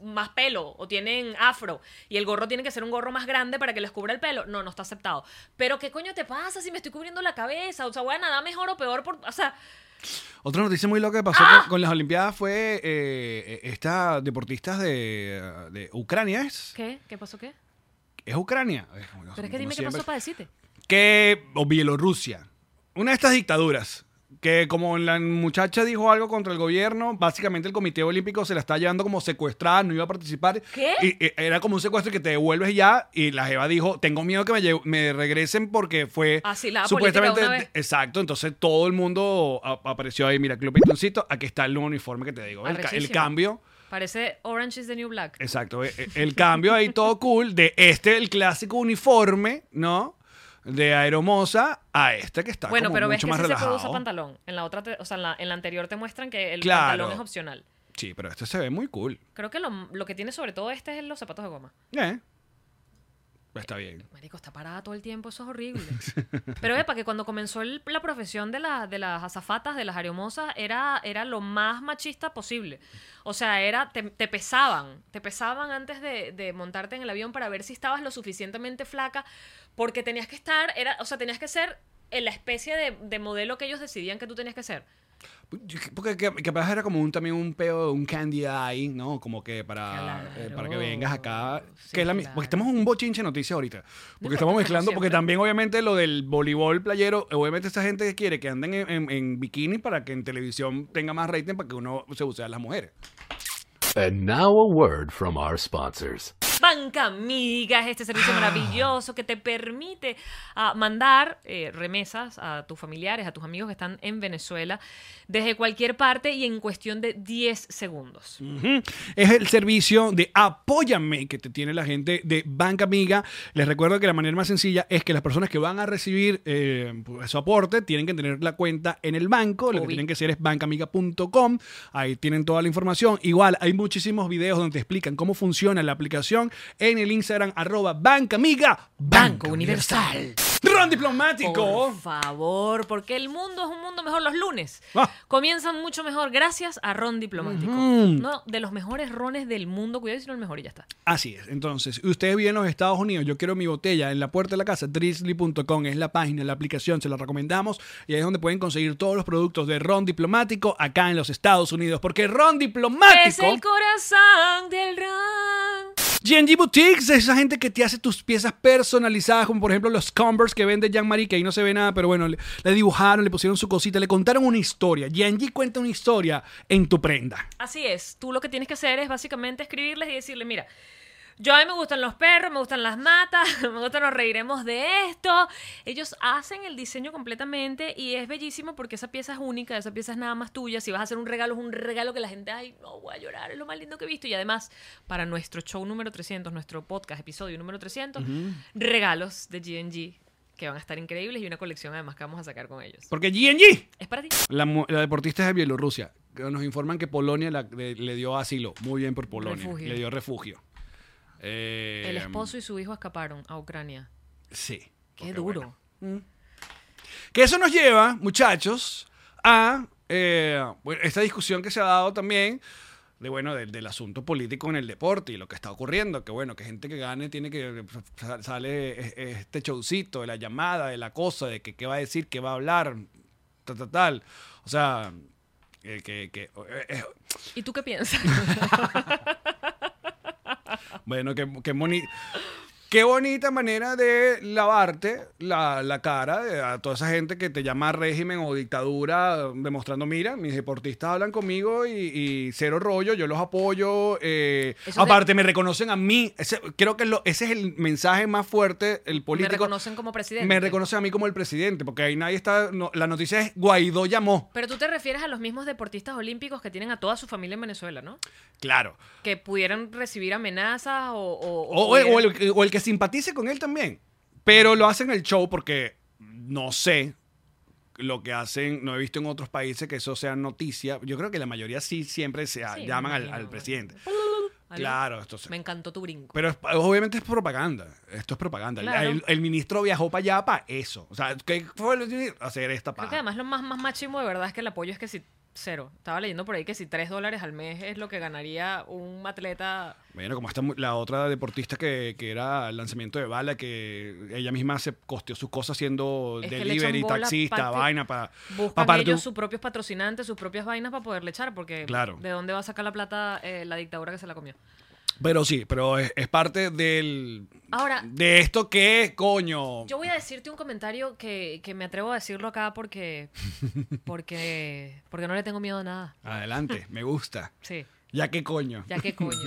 E: más pelo o tienen afro y el gorro tiene que ser un gorro más grande para que les cubra el pelo. No, no está aceptado. Pero ¿qué coño te pasa si me estoy cubriendo la cabeza? O sea, voy a nadar mejor o peor por... O sea,
D: Otra noticia muy loca que pasó
E: ¡Ah!
D: con, con las Olimpiadas fue eh, estas deportistas de, de Ucrania. ¿Es,
E: ¿Qué? ¿Qué pasó qué?
D: ¿Es Ucrania? Ay, como-
E: Pero es que
D: como
E: dime qué
D: Ah, siempre.
E: pasó para decirte.
D: que o Bielorrusia, una de estas dictaduras que como la muchacha dijo algo contra el gobierno, básicamente el Comité Olímpico se la está llevando como secuestrada, no iba a participar.
E: ¿Qué?
D: Y, y era como un secuestro que te devuelves ya y la jeva dijo, tengo miedo que me, lle- me regresen porque fue
E: Así, la
D: supuestamente
E: política de una vez.
D: exacto, entonces todo el mundo a- apareció ahí, mira, Club Pitoncito, aquí está el nuevo uniforme que te digo, el, ca- el
E: Arrechísimo.
D: cambio.
E: Parece Orange is the New Black.
D: Exacto, e- e- el cambio ahí todo cool de este, el clásico uniforme, ¿no? De Aeromosa a este que está
E: bueno,
D: como
E: pero ves
D: mucho
E: que
D: más
E: sí
D: relajado.
E: se produce pantalón. En la otra, te- o sea, en la, en la anterior te muestran que el
D: Claro.
E: pantalón es opcional.
D: sí, pero este se ve muy cool.
E: Creo que lo, lo que tiene sobre todo este es los zapatos de goma.
D: Eh, está bien.
E: Marico, está parada todo el tiempo, eso es horrible. Pero epa, que cuando comenzó el- la profesión de, la- de las azafatas, de las aeromosas, era, era lo más machista posible. O sea, era te, te pesaban, te pesaban antes de, de montarte en el avión para ver si estabas lo suficientemente flaca, porque tenías que estar, era, o sea, tenías que ser en la especie de, de modelo que ellos decidían que tú tenías que ser.
D: Porque que- capaz era como un, también un peo, un candy eye, ¿no? Como que para,
E: Claro.
D: eh, para que vengas acá.
E: Sí,
D: que es la mi-
E: claro.
D: Porque estamos en un bochinche de noticias ahorita. Porque
E: importa,
D: estamos
E: como
D: mezclando, porque
E: siempre.
D: también obviamente lo del voleibol playero, obviamente esta gente quiere que anden en, en- en bikini para que en televisión tenga más rating para que uno se use a las mujeres.
F: And now a word from our sponsors.
E: Banca Amiga es este servicio maravilloso que te permite ah, mandar eh, remesas a tus familiares, a tus amigos que están en Venezuela, desde cualquier parte y en cuestión de 10 segundos.
D: Ujú. Es el servicio de Apóyame que te tiene la gente de Banca Amiga. Les recuerdo que la manera más sencilla es que las personas que van a recibir eh, su aporte tienen que tener la cuenta en el banco. Lo que
E: Obvio.
D: tienen que hacer es bancamiga.com. Ahí tienen toda la información. Igual hay muchísimos videos donde te explican cómo funciona la aplicación en el Instagram arroba Banca Amiga.
E: Banco Universal.
D: Ron diplomático.
E: Por favor, porque el mundo es un mundo mejor los lunes.
D: Ah.
E: Comienzan mucho mejor gracias a Ron Diplomático. Uno de los mejores rones del mundo. Cuidado si no el mejor y ya está.
D: Así es. Entonces, ustedes viven en los Estados Unidos, yo quiero mi botella en la puerta de la casa, drizzly.com es la página, la aplicación, se la recomendamos y ahí es donde pueden conseguir todos los productos de Ron Diplomático acá en los Estados Unidos, porque Ron
E: Es el
D: Diplomático,
E: corazón del Ron.
D: G&G Boutiques, es esa gente que te hace tus piezas personalizadas, como por ejemplo los Converse que vende Jean-Marie, que ahí no se ve nada, pero bueno, le, le dibujaron, le pusieron su cosita, le contaron una historia. G&G cuenta una historia en tu prenda.
E: Así es, tú lo que tienes que hacer es básicamente escribirles y decirle, mira, yo a mí me gustan los perros, me gustan las matas, me gustan nos reiremos de esto. Ellos hacen el diseño completamente y es bellísimo porque esa pieza es única, esa pieza es nada más tuya. Si vas a hacer un regalo, es un regalo que la gente, ay, no voy a llorar, es lo más lindo que he visto. Y además, para nuestro show número 300, nuestro podcast, episodio número 300, regalos de GNG que van a estar increíbles y una colección además que vamos a sacar con ellos.
D: Porque G&G
E: Es para ti.
D: La, mu- la deportista es de Bielorrusia. que Nos informan que Polonia la- le, le dio asilo. Muy bien por Polonia.
E: Refugio.
D: Le dio refugio. Eh,
E: El esposo y su hijo escaparon a Ucrania.
D: Sí.
E: Qué
D: Porque,
E: duro.
D: bueno. Que eso nos lleva, muchachos, a eh, bueno, esta discusión que se ha dado también de bueno del, del asunto político en el deporte y lo que está ocurriendo que bueno que gente que gane tiene que sa- sale es- este showcito de la llamada de la cosa de que qué va a decir qué va a hablar tal tal tal o sea eh, que, que eh, eh,
E: ¿Y tú qué piensas?
D: Bueno, qué, qué boni- qué bonita manera de lavarte la, la cara de- a toda esa gente que te llama régimen o dictadura, demostrando, mira, mis deportistas hablan conmigo y, y cero rollo, yo los apoyo. eh,
E: Eso es de-
D: aparte, me reconocen a mí. Ese- creo que lo- ese es el mensaje más fuerte, el político.
E: reconocen como presidente.
D: Me reconocen a mí como el presidente, porque ahí nadie está... no, la noticia es Guaidó llamó.
E: Pero tú te refieres a los mismos deportistas olímpicos que tienen a toda su familia en Venezuela, ¿no?
D: Claro.
E: Que pudieran recibir amenazas o... O, o
D: O, o- o
E: pudieran-
D: el, o el que simpatice con él también. Pero lo hacen en el show porque no sé lo que hacen, no he visto en otros países que eso sea noticia. Yo creo que la mayoría sí siempre se
E: Sí, me
D: llaman al,
E: imagino.
D: al presidente.
E: ¿Aló?
D: Claro, esto se-
E: Me encantó tu brinco.
D: pero es- obviamente es propaganda. Esto es propaganda.
E: Claro.
D: El, el ministro viajó para allá para eso. O sea, ¿qué fue lo que- hacer esta
E: Creo
D: paja?
E: que además lo más, más machismo de verdad es que el apoyo es que si cero. Estaba leyendo por ahí que si 3 dólares al mes es lo que ganaría un atleta.
D: Bueno, como está la otra deportista que, que era el lanzamiento de bala, que ella misma se costeó sus cosas siendo
E: Es que le
D: delivery,
E: echan bola,
D: taxista,
E: parte-
D: vaina, para...
E: Buscan
D: para
E: ellos sus propios patrocinantes, sus propias vainas para poderle echar, porque
D: Claro.
E: ¿de dónde va a sacar la plata eh, la dictadura que se la comió?
D: Pero sí, pero es, es parte del...
E: Ahora-
D: De esto que, coño...
E: Yo voy a decirte un comentario que, que me atrevo a decirlo acá porque, porque, porque no le tengo miedo a nada.
D: Adelante, me gusta.
E: Sí,
D: Ya que coño.
E: ya que coño.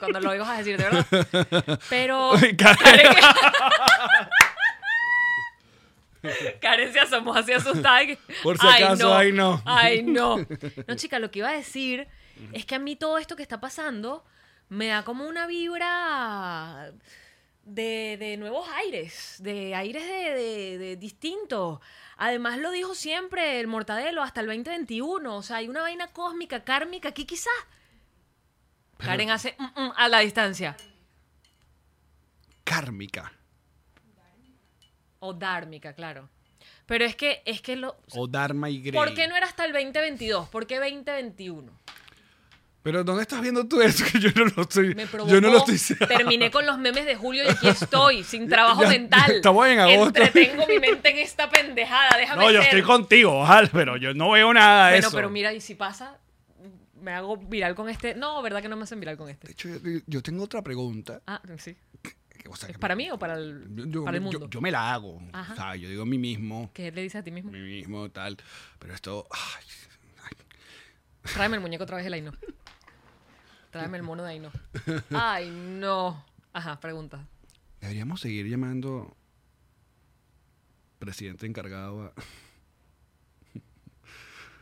E: Cuando lo ibas a decir, de verdad. Pero.
D: Karen.
E: Karen se asomó así asustada. y que,
D: Por si acaso, ay, no".
E: Ay, no. No, chica, lo que iba a decir es que a mí todo esto que está pasando me da como una vibra de, de nuevos aires, de aires de, de- de distintos. Además, lo dijo siempre el Mortadelo hasta el 2021. O sea, hay una vaina cósmica, kármica aquí quizás. Karen hace mm, mm, a la distancia.
D: Kármica.
E: O dármica, claro. Pero es que, es que lo,
D: O Dharma y Grey.
E: ¿Por qué no era hasta el 2022? ¿Por qué 2021?
D: Pero ¿dónde estás viendo tú eso? Que yo no lo estoy...
E: Me provocó.
D: Yo no lo estoy...
E: Terminé con los memes de julio y aquí estoy, sin trabajo
D: Ya- ya
E: mental.
D: estamos en agosto.
E: Entretengo mi mente en esta pendejada, déjame
D: No, yo
E: ser.
D: estoy contigo, Ojal, pero yo no veo nada de
E: Bueno,
D: eso.
E: pero mira, y si pasa, me hago viral con este. No, ¿verdad que no me hacen viral con
D: De
E: este?
D: hecho, yo, yo tengo otra pregunta.
E: Ah, sí.
D: que, o sea,
E: ¿Es
D: que-
E: para mí o para el,
D: Yo, yo-
E: para el
D: yo-
E: mundo?
D: yo me la hago.
E: Ajá.
D: ¿sabes? Yo digo a mí mismo,
E: ¿Qué le dices a ti
D: a
E: mismo?
D: mí mismo, tal. Pero esto... ay,
E: Tráeme el muñeco otra vez el Aino. Tráeme el mono de Aino. Ay, no. Ajá, pregunta.
D: deberíamos seguir llamando presidente encargado a...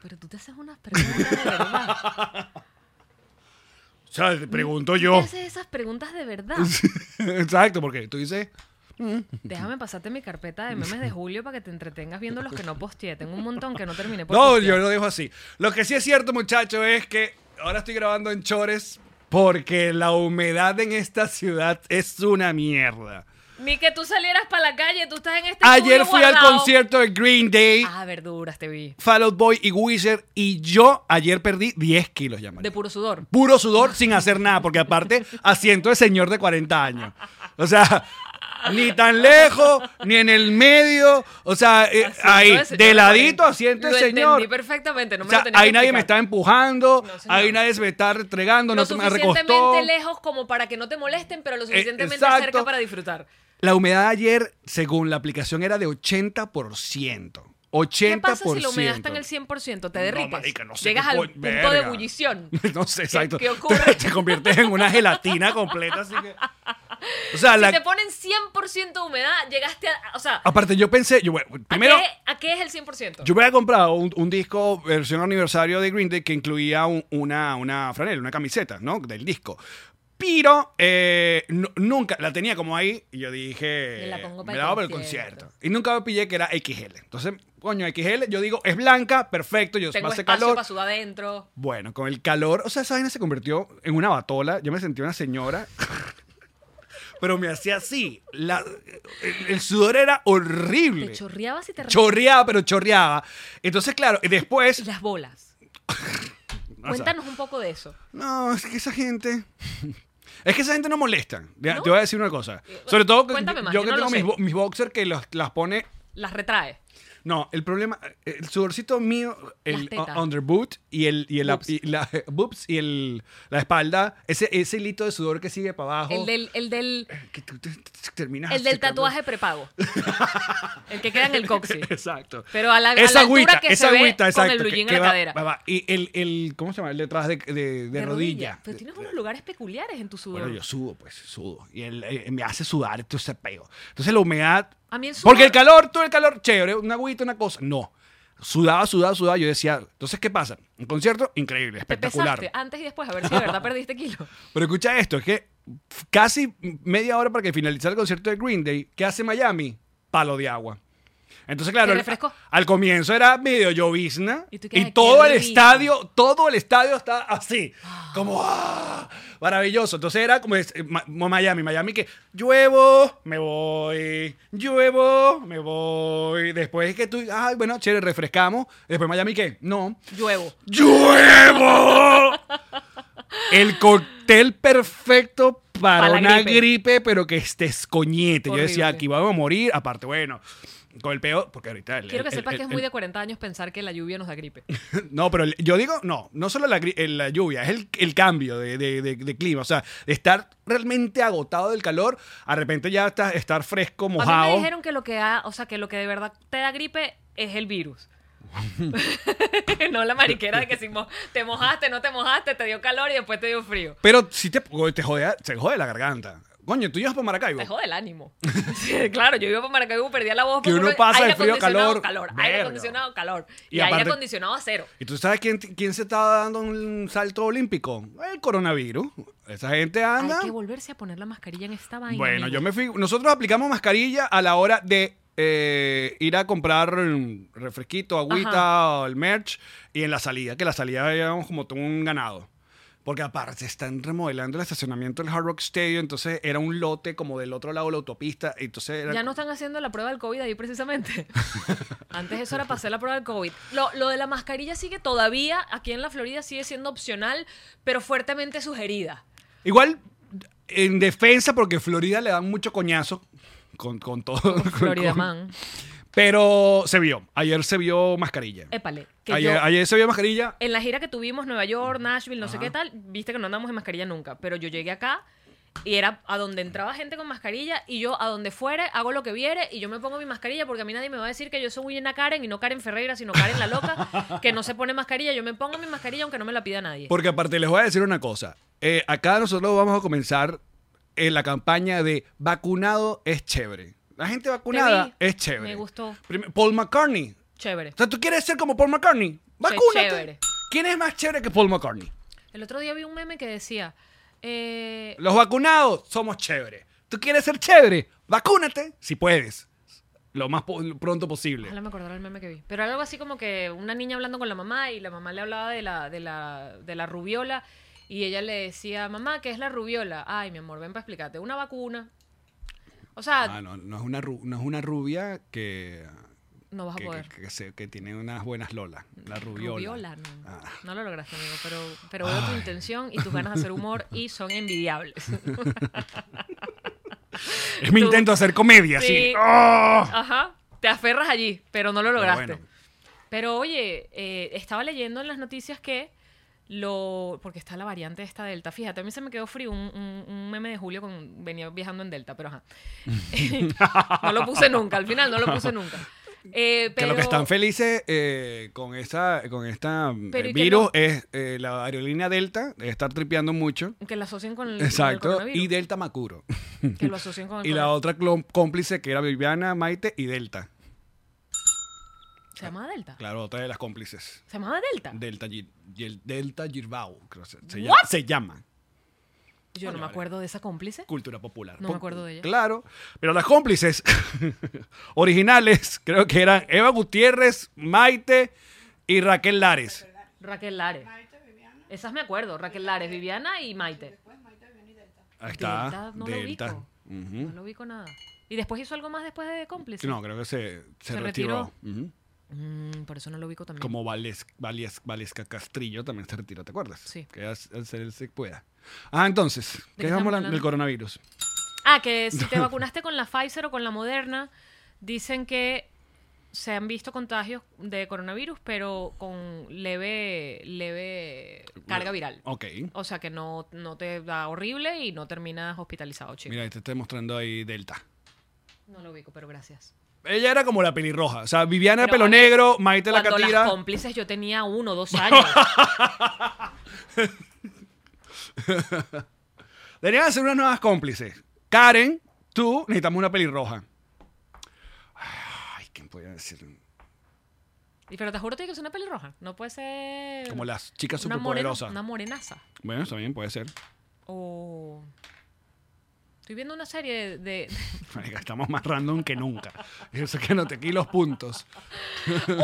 E: Pero tú te haces unas preguntas de verdad.
D: O sea, te pregunto
E: Tú
D: yo.
E: te haces esas preguntas de verdad.
D: Exacto, porque tú dices...
E: Déjame pasarte mi carpeta de memes de julio para que te entretengas viendo los que no posteé. Tengo un montón que no terminé por
D: No,
E: postear.
D: yo lo dejo así. Lo que sí es cierto, muchachos, es que ahora estoy grabando en chores porque la humedad en esta ciudad es una mierda.
E: Ni que tú salieras para la calle, tú estás en este
D: Ayer
E: estudio
D: fui al
E: guardado.
D: concierto de Green Day,
E: Ah, verduras, te vi.
D: Fall Out Boy y Wizard y yo ayer perdí 10 kilos, ya
E: De puro sudor.
D: Puro sudor sin hacer nada, porque aparte asiento de señor de 40 años. O sea, ni tan lejos, ni en el medio, o sea, eh,
E: Asiento
D: ahí,
E: señor
D: de ladito
E: Juan.
D: asiento de
E: Lo
D: señor.
E: entendí perfectamente, no me
D: O sea,
E: lo tenías
D: ahí
E: que
D: nadie me está
E: explicar.
D: empujando,
E: No, señor.
D: ahí nadie se me está entregando, no
E: lo
D: se me
E: suficientemente
D: recostó. Eh,
E: lejos como para que no te molesten, pero lo suficientemente
D: exacto.
E: cerca para disfrutar.
D: La humedad ayer, según la aplicación, era de 80%. 80%.
E: ¿Qué pasa si la humedad está en el 100%? Te derrites.
D: No, marica, no sé
E: Llegas
D: qué
E: al
D: coño-
E: punto de
D: verga.
E: ebullición.
D: No sé, exacto.
E: qué ocurre?
D: Te conviertes en una gelatina completa, así que... O sea, la...
E: Si te ponen 100% de humedad, llegaste a... O sea,
D: aparte yo pensé, yo, bueno,
E: ¿a
D: primero...
E: qué- ¿a qué, es el 100%?
D: Yo me había comprado un, un disco versión aniversario de Green Day que incluía un- una, una franela, una camiseta, ¿no? Del disco. Pero eh, nu- nunca la tenía como ahí y yo dije.
E: Me la pongo para
D: me
E: el
D: la hago para el
E: concierto.
D: concierto. Y nunca me pillé que era XL. Entonces, coño, XL, yo digo, es blanca, perfecto, yo
E: Tengo
D: hace
E: espacio
D: calor.
E: para sudar adentro.
D: Bueno, con el calor, o sea, esa vaina se convirtió en una batola. Yo me sentí una señora. Pero me hacía así. La- el, el sudor era horrible
E: Te chorreabas y te
D: chorreaba, pero chorreaba. Entonces, claro, y
E: Y
D: después.
E: las bolas.
D: sea,
E: Cuéntanos un poco de eso.
D: No, es que esa gente. Es que esa gente no molesta. Ya,
E: ¿No? Eh,
D: Te voy a decir una cosa. Sobre todo que
E: Cuéntame más,
D: yo
E: yo
D: que
E: no lo
D: tengo mis,
E: sé.
D: bo- mis boxers que los- las pone.
E: Las retrae.
D: No, el problema, eh, el sudorcito mío, el
E: Las tetas.
D: u- underboot y el y el
E: Boobs.
D: y la, boobs y el la espalda, ese ese hilito de sudor que sigue para abajo,
E: El del, el del,
D: que tú te- te- terminas
E: el del
D: secando.
E: tatuaje prepago. El que queda en el coxis.
D: Exacto.
E: Pero a la, a la altura que se ve con el blue
D: que-
E: jean
D: que
E: en la
D: va-
E: cadera.
D: va- va. Y el, el, ¿cómo se llama? El detrás de, de- de rodilla.
E: Pero tienes unos lugares peculiares en tu sudor.
D: Bueno, yo sudo, pues, sudo. Y él, eh, me hace sudar todo ese peo. Entonces la humedad...
E: A mí el sudor-
D: Porque el calor, todo el calor, chévere, una agüita, una cosa. No. Sudaba, sudaba, sudaba. Yo decía, entonces, ¿qué pasa? Un concierto increíble,
E: Te
D: espectacular.
E: pesaste antes y después, a ver si de verdad perdiste kilo.
D: Pero escucha esto, es que f- casi media hora para que finalizara el concierto de Green Day, ¿qué hace Miami? Palo de agua. Entonces, claro,
E: ¿Te
D: al-
E: refrescó?
D: al comienzo era medio llovizna
E: Y
D: y,
E: tú quedas,
D: todo
E: qué
D: el
E: rico.
D: estadio, todo el estadio está así, como ¡ah! maravilloso. Entonces era como, es- eh, Ma- como Miami, Miami que lluevo, me voy, lluevo, me voy. Después que tú, ay, bueno, chévere, refrescamos. Después Miami que no,
E: Lluevo.
D: ¡Lluevo! El cóctel perfecto para
E: Pa' la
D: una gripe.
E: gripe.
D: pero que estés coñete. Yo decía,
E: Horrible.
D: aquí vamos a morir. Aparte, bueno, con el peor, porque ahorita. el-
E: Quiero que
D: el-
E: sepas
D: el-
E: que es
D: el-
E: muy de 40 años pensar que la lluvia nos da gripe.
D: No, pero el- yo digo, no, no solo la, gri- eh, la lluvia, es el, el cambio de, de- de- de clima. O sea, de estar realmente agotado del calor, a repente ya está, estar fresco,
E: A mí me
D: mojado.
E: dijeron que lo que da, o sea, que lo que de verdad te da gripe es el virus. no la mariquera de que si mo- te mojaste, no te mojaste, te dio calor y después te dio frío.
D: Pero si te, te, jode, te jode la garganta. Coño, tú ibas para Maracaibo.
E: Te jode el ánimo. Sí, claro, yo iba para Maracaibo, perdía la voz.
D: Que
E: porque
D: uno pasa de
E: aire
D: frío a
E: acondicionado,
D: calor.
E: aire
D: Verga.
E: acondicionado, calor.
D: Y
E: Y, aire
D: aparte-
E: acondicionado a cero.
D: ¿Y tú sabes quién, quién se está dando un salto olímpico? El coronavirus. Esa gente anda.
E: Hay que volverse a poner la mascarilla en esta vaina.
D: bueno,
E: amigos.
D: yo me fui. Nosotros aplicamos mascarilla a la hora de eh, ir a comprar mm, refresquito, agüita, o el merch y en la salida, que la salida llevamos como todo un ganado. Porque aparte están remodelando el estacionamiento del Hard Rock Stadium, entonces era un lote como del otro lado de la autopista, y entonces era
E: Ya no están haciendo la prueba del COVID ahí precisamente. Antes eso era para hacer la prueba del COVID. Lo, lo de la mascarilla sigue todavía, aquí en la Florida sigue siendo opcional, pero fuertemente sugerida.
D: Igual, en defensa, porque Florida le dan mucho coñazo con, con todo. con-
E: Florida
D: con-
E: Man.
D: Pero se vio. Ayer se vio mascarilla.
E: Épale. Eh, Que
D: Ayer,
E: yo- Eh.
D: ayer se vio mascarilla.
E: en la gira que tuvimos, Nueva York, Nashville, no sé qué tal, viste que no andamos en mascarilla nunca, pero yo llegué acá y era a donde entraba gente con mascarilla y yo a donde fuere hago lo que viere y yo me pongo mi mascarilla porque a mí nadie me va a decir que yo soy una Karen y no Karen Ferreira, sino Karen la loca, que no se pone mascarilla, yo me pongo mi mascarilla aunque no me la pida nadie.
D: Porque aparte, les voy a decir una cosa. Eh, acá nosotros vamos a comenzar eh, la campaña de vacunado es chévere. La gente vacunada
E: vi.
D: es chévere.
E: Me gustó.
D: Prim- Paul McCartney.
E: Chévere.
D: O sea, ¿tú quieres ser como Paul McCartney? Vacúnate.
E: chévere.
D: ¿Quién es más chévere que Paul McCartney?
E: El otro día vi un meme que decía, eh,
D: Los vacunados somos chéveres. ¿Tú quieres ser chévere? Vacúnate si puedes. Lo más po- pronto posible.
E: ojalá me acordara el meme que vi, pero era algo así como que una niña hablando con la mamá y la mamá le hablaba de la, de la, de la rubiola y ella le decía, mamá, ¿qué es la rubiola? Ay, mi amor, ven para explicarte, una vacuna. O sea,
D: Ah, no, no es una, ru- no es una rubia que,
E: no vas a
D: que,
E: poder.
D: que- que se- que tiene unas buenas lolas. La rubiola.
E: Ah, Rubiola, no.
D: Ah.
E: No lo lograste, amigo, pero, pero veo tu intención y tus ganas de hacer humor y son envidiables.
D: Es mi
E: Tú-
D: intento de hacer comedia, sí.
E: Sí.
D: ¡Oh!
E: Ajá, te aferras allí, pero no lo lograste. Pero,
D: bueno.
E: oye, eh, estaba leyendo en las noticias que lo porque está la variante esta delta fíjate a mí se me quedó frío un, un- un meme de julio con venía viajando en delta pero ajá no lo puse nunca al final no lo puse nunca Eh,
D: Que
E: pero
D: lo que están felices eh, con esta, con esta mm,
E: Pero
D: eh,
E: y que
D: virus
E: no- Mm,
D: es eh, la aerolínea Delta, debe estar tripeando mucho.
E: que la asocien con el, con el
D: Exacto.
E: coronavirus,
D: Y Delta Macuro.
E: que lo asocien con el
D: Y la
E: coronavirus.
D: otra clom- cómplice que era Viviana, Maite y Delta.
E: se llama delta
D: Claro, otra de las cómplices.
E: se llamaba delta
D: Delta, Gir- Gil- Delta Girbao, creo que se, se
E: What?
D: llama, se llama.
E: yo no me acuerdo de esa cómplice
D: Cultura popular.
E: No me
D: Po-
E: acuerdo de ella.
D: Claro. Pero las cómplices originales creo que eran Eva Gutiérrez, Maite y Raquel Lares.
E: Raquel Lares esas me acuerdo Raquel Lares Viviana y Maite
D: Ahí está.
E: Delta,
D: Delta.
E: no lo ubico. No lo ubico nada. ¿Y después hizo algo más después de cómplice?
D: No, creo que se, se,
E: Se
D: retiró.
E: retiró.
D: Ujú.
E: Mm, por eso no lo ubico también.
D: Como Vales- Vales- Valesca Castrillo también se retiró, ¿te acuerdas?
E: Sí.
D: Que as- hacer el se pueda. Ah, entonces,
E: qué
D: ¿qué
E: estamos
D: dejamos la-
E: hablando?
D: del coronavirus?
E: Ah, que si te vacunaste con la Pfizer o con la Moderna, dicen que se han visto contagios de coronavirus, pero con leve, leve carga viral.
D: Ok.
E: O sea que no, no te da horrible y no terminas hospitalizado, chico.
D: Mira, te estoy mostrando ahí Delta.
E: No lo ubico, pero gracias.
D: Ella era como la pelirroja. O sea, Viviana de
E: Pero
D: pelo
E: vale,
D: negro, Maite la
E: Cuando las
D: catira.
E: cómplices yo tenía uno, dos años.
D: Deberían hacer unas nuevas cómplices. Karen, tú, necesitamos una pelirroja. Ay, ¿quién podría decir?
E: Y pero te juro tiene que es una pelirroja. No puede ser.
D: Como las chicas
E: una morena-
D: superpoderosas.
E: Una morenaza.
D: Bueno, también puede ser.
E: O. Estoy viendo una serie de...
D: Marica, estamos más random que nunca. Yo sé que anoté aquí los puntos.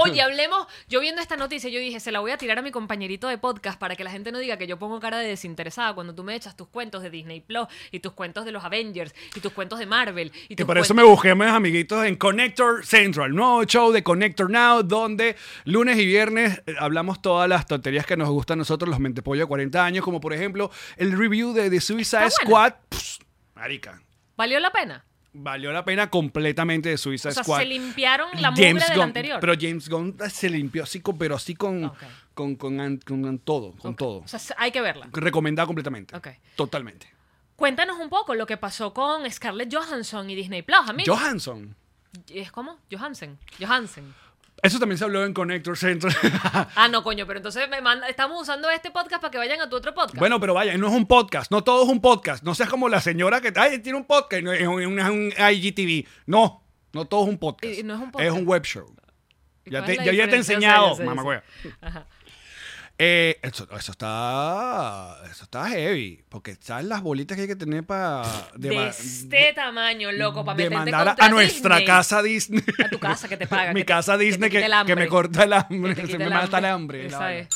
E: Oye, hablemos... Yo viendo esta noticia, yo dije, se la voy a tirar a mi compañerito de podcast para que la gente no diga que yo pongo cara de desinteresada cuando tú me echas tus cuentos de Disney Plus y tus cuentos de los Avengers y tus cuentos de Marvel. Y
D: Que
E: tus
D: por eso me
E: cuentos-
D: busqué a mis amiguitos en Connector Central, nuevo show de Connector Now, donde lunes y viernes eh, hablamos todas las tonterías que nos gustan a nosotros, los mentepollos de 40 años, como por ejemplo el review de The Suicide
E: Está
D: Squad. Pss, marica,
E: ¿Valió la pena?
D: valió la pena completamente de Suicide
E: O sea,
D: Squad.
E: se limpiaron la mugre del
D: Gunn,
E: anterior.
D: Pero James Gunn se limpió así, con- pero así con,
E: Ok.
D: con, con, an- con an- todo, con todo.
E: O sea, se- hay que verla.
D: Recomendado completamente.
E: Ok.
D: Totalmente.
E: Cuéntanos un poco lo que pasó con Scarlett Johansson y Disney Plus, amigo.
D: Johansson.
E: ¿Es cómo? Johansen. Johansen.
D: Eso también se habló en Connector Central.
E: Ah, no, coño, pero entonces me manda, estamos usando este podcast para que vayan a tu otro podcast.
D: Bueno, pero vaya, no es un podcast, no todo es un podcast. No seas como la señora que ay, tiene un podcast, no, es un, es un IGTV. No, no todo es un podcast.
E: Y- y no es un podcast.
D: web show.
E: ¿Y
D: Ya
E: cuál
D: te,
E: es la
D: ya- ya te he
E: diferencia?
D: enseñado,
E: O sea, yo sé,
D: mamá
E: yo sé.
D: hueva. Eh, eso, eso está eso está heavy, porque sabes las bolitas que hay que tener para
E: De este tamaño, loco, para meterte
D: mandar a-
E: contra
D: a nuestra
E: Disney.
D: casa Disney.
E: A tu casa que te paga.
D: Mi
E: que te-
D: casa
E: te
D: Disney
E: quita
D: que,
E: el
D: que me
E: hambre.
D: corta el
E: Que
D: hambre,
E: te
D: se
E: quita
D: me
E: el
D: mata el
E: hambre,
D: hambre.
E: esa
D: la vaina.
E: es.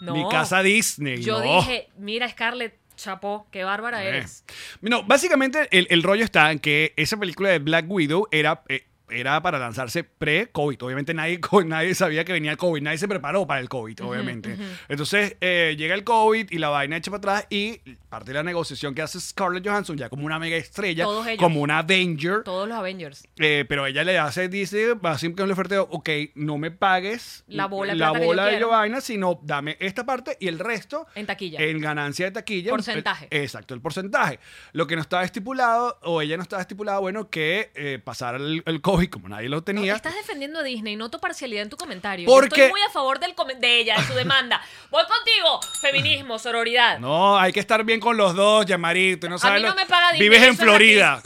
E: No.
D: Mi casa Disney.
E: Yo
D: no.
E: dije, mira, Scarlett, chapó, qué bárbara
D: Eh.
E: eres.
D: No, básicamente el, el rollo está en que esa película de Black Widow era, eh, era para lanzarse pre-COVID. Obviamente nadie, co- nadie sabía que venía el COVID, nadie se preparó para el COVID, obviamente. Entonces eh, llega el COVID y la vaina echa para atrás y parte de la negociación que hace Scarlett Johansson ya como una mega estrella,
E: Todos ellos.
D: como una Avenger.
E: Todos los Avengers.
D: eh, pero ella le hace, dice, así que le oferteo, ok, no me pagues
E: La bola de
D: la
E: plata que yo
D: bola de
E: quiero.
D: la vaina, sino dame esta parte y el resto
E: En taquilla.
D: en ganancia de taquilla.
E: Porcentaje.
D: El- exacto, el porcentaje. Lo que no estaba estipulado, o ella no estaba estipulada, bueno, que eh, pasara el, el COVID, como nadie lo
E: No,
D: tenía.
E: Estás defendiendo a Disney, noto parcialidad en tu comentario. Yo
D: Porque-
E: estoy muy a favor del come- de ella, de su demanda. Voy contigo, feminismo, sororidad.
D: No, hay que estar bien con los dos, Yamarito. y No
E: a mí
D: sabes
E: no
D: lo-
E: me paga Disney.
D: Vives en
E: eso es a ti.
D: Florida.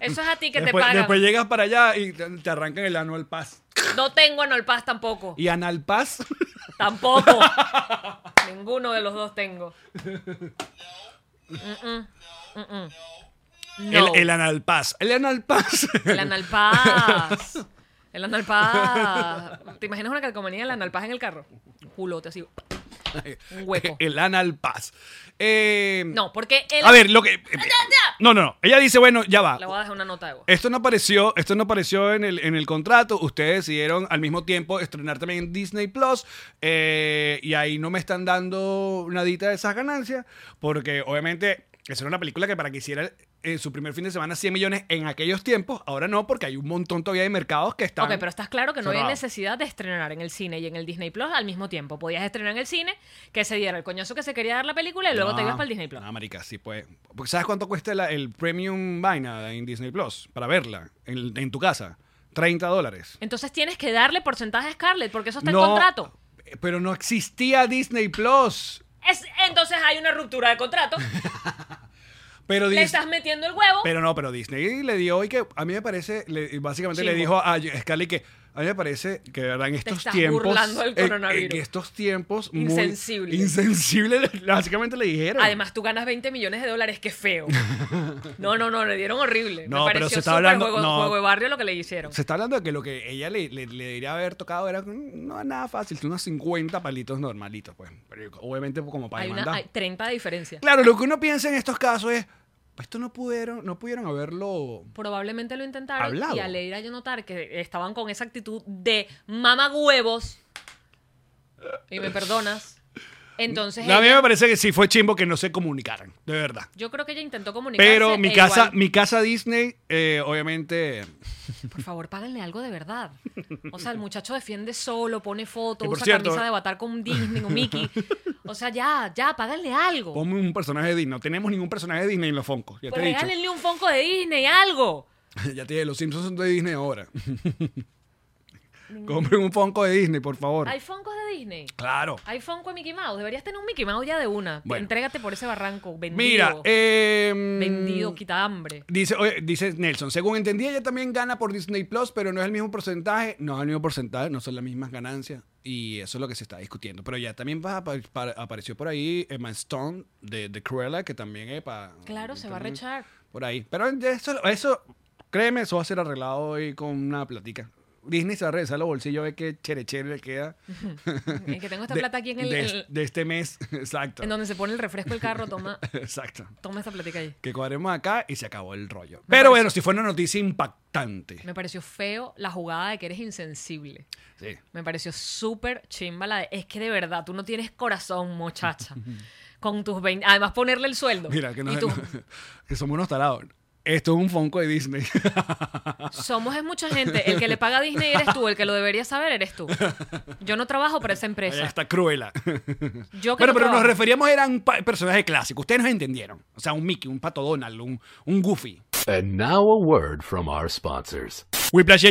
E: Eso es a ti que
D: después,
E: te pagan.
D: después llegas para allá y te, te arrancan el anual pass.
E: No tengo anal Paz tampoco.
D: Y anal pass.
E: Tampoco. Ninguno de los dos tengo. Mm-mm. Mm-mm. No.
D: El, el anal pass. El anal pass.
E: El analpaz. El analpaz. ¿Te imaginas una calcomanía del analpaz en el carro? Un culote así. Un hueco.
D: El anal pass. Eh,
E: No, porque el.
D: A ver, lo que. No, no, no. Ella dice, bueno, ya va.
E: Le voy a dejar una nota de voz.
D: Esto no apareció, esto no apareció en el, en el contrato. Ustedes decidieron al mismo tiempo estrenar también en Disney Plus. eh, y ahí no me están dando nadita de esas ganancias. Porque obviamente, esa era una película que para que hiciera en su primer fin de semana 100 millones en aquellos tiempos. Ahora no, porque hay un montón todavía de mercados que están.
E: Ok, pero estás claro que no había
D: cerrados.
E: necesidad de estrenar en el cine y en el Disney Plus al mismo tiempo. Podías estrenar en el cine, que se diera el coñazo que se quería dar la película y luego te
D: No,
E: ibas para el Disney Plus.
D: No, Ah, marica, sí, pues. Porque ¿sabes cuánto cuesta la- el premium vaina en Disney Plus? Para verla en, en tu casa. 30 dólares.
E: Entonces tienes que darle porcentaje a Scarlett porque eso está
D: No, eh,
E: en contrato.
D: Pero no existía Disney Plus.
E: Es, entonces hay una ruptura de contrato.
D: Pero
E: le
D: Dis-
E: estás metiendo el huevo.
D: Pero no, pero Disney le dio y que a mí me parece, le- básicamente le
E: Chimbo.
D: dijo a Scarlett que a mí me parece que de verdad en estos
E: estás
D: tiempos
E: burlando del
D: en- en
E: coronavirus.
D: estos tiempos muy-
E: Insensible.
D: insensible, le- básicamente le dijeron.
E: Además, tú ganas 20 millones de dólares, qué feo. No, no, no, le dieron horrible.
D: No,
E: Me
D: pero
E: pareció
D: se está
E: súper
D: hablando-
E: Juego,
D: no.
E: juego de barrio lo que le hicieron.
D: se está hablando de que lo que ella le, le, le debería haber tocado era mm, no nada fácil, unos 50 palitos normalitos, pues. Pero obviamente como para
E: Hay, una,
D: demandar.
E: hay 30 de diferencia.
D: Claro, lo que uno piensa en estos casos es, pues, esto no pudieron, no pudieron haberlo
E: Probablemente lo intentaron
D: Hablado.
E: y al leer yo notar que estaban con esa actitud de mama huevos. Y me perdonas. Entonces,
D: a mí
E: ella-
D: me parece que sí fue chimbo que no se comunicaran, de verdad.
E: yo creo que ella intentó comunicarse.
D: Pero mi
E: e
D: casa,
E: igual-
D: mi casa Disney, eh, obviamente.
E: Por favor, páganle algo de verdad. O sea, el muchacho defiende solo, pone
D: Y
E: fotos,
D: por
E: usa
D: cierto-
E: camisa de avatar con Disney, con Mickey. O sea, ya, ya, páganle algo.
D: Ponme un personaje de Disney. No tenemos ningún personaje de Disney en los Foncos. Ya te
E: Pues
D: he dicho.
E: regálenle un Funko de Disney, algo.
D: Ya te dije, los Simpsons son de Disney ahora. Compren un Fonco de Disney, por favor.
E: Hay Funkos de Disney.
D: Claro.
E: Hay Funko de Mickey Mouse. Deberías tener un Mickey Mouse ya de una.
D: Bueno.
E: Entrégate por ese barranco. Vendido.
D: Mira, eh, mm,
E: vendido, quita hambre.
D: Dice, oye, dice Nelson, según entendí, ella también gana por Disney Plus, pero no es el mismo porcentaje. No es el mismo porcentaje, no son las mismas ganancias. Y eso es lo que se está discutiendo. Pero ya también va- apa- para- apareció por ahí Emma Stone de, de Cruella, que también es para.
E: Claro, se va a rechar.
D: por ahí. Pero ya eso, eso, créeme, eso va a ser arreglado hoy con una platica. Disney se va a revisar los bolsillos a ver qué cherechere le queda.
E: Es que tengo esta
D: de-
E: plata aquí en el,
D: de,
E: el-
D: de este mes, exacto.
E: en donde se pone el refresco el carro, toma,
D: Exacto.
E: toma esta platica ahí.
D: Que cuadremos acá y se acabó el rollo. Pero bueno, si fue una noticia impactante.
E: Me pareció feo la jugada de que eres insensible.
D: Sí.
E: Me pareció súper chimba la de, es que de verdad, tú no tienes corazón, muchacha. Con tus 20, además ponerle el sueldo.
D: Mira, que, no-
E: Y tus-
D: que somos unos talados. Esto es un fonco de Disney.
E: Somos es mucha gente, el que le paga a Disney eres tú, el que lo debería saber eres tú. Yo no trabajo para esa
D: Allá
E: empresa.
D: está cruela.
E: Yo que
D: Bueno,
E: no
D: pero nos
E: trabajo.
D: referíamos eran pa- personajes clásicos. Ustedes nos entendieron. O sea, un Mickey, un Pato Donald, un, un Goofy.
F: And now a word from our sponsors.
D: Whiplash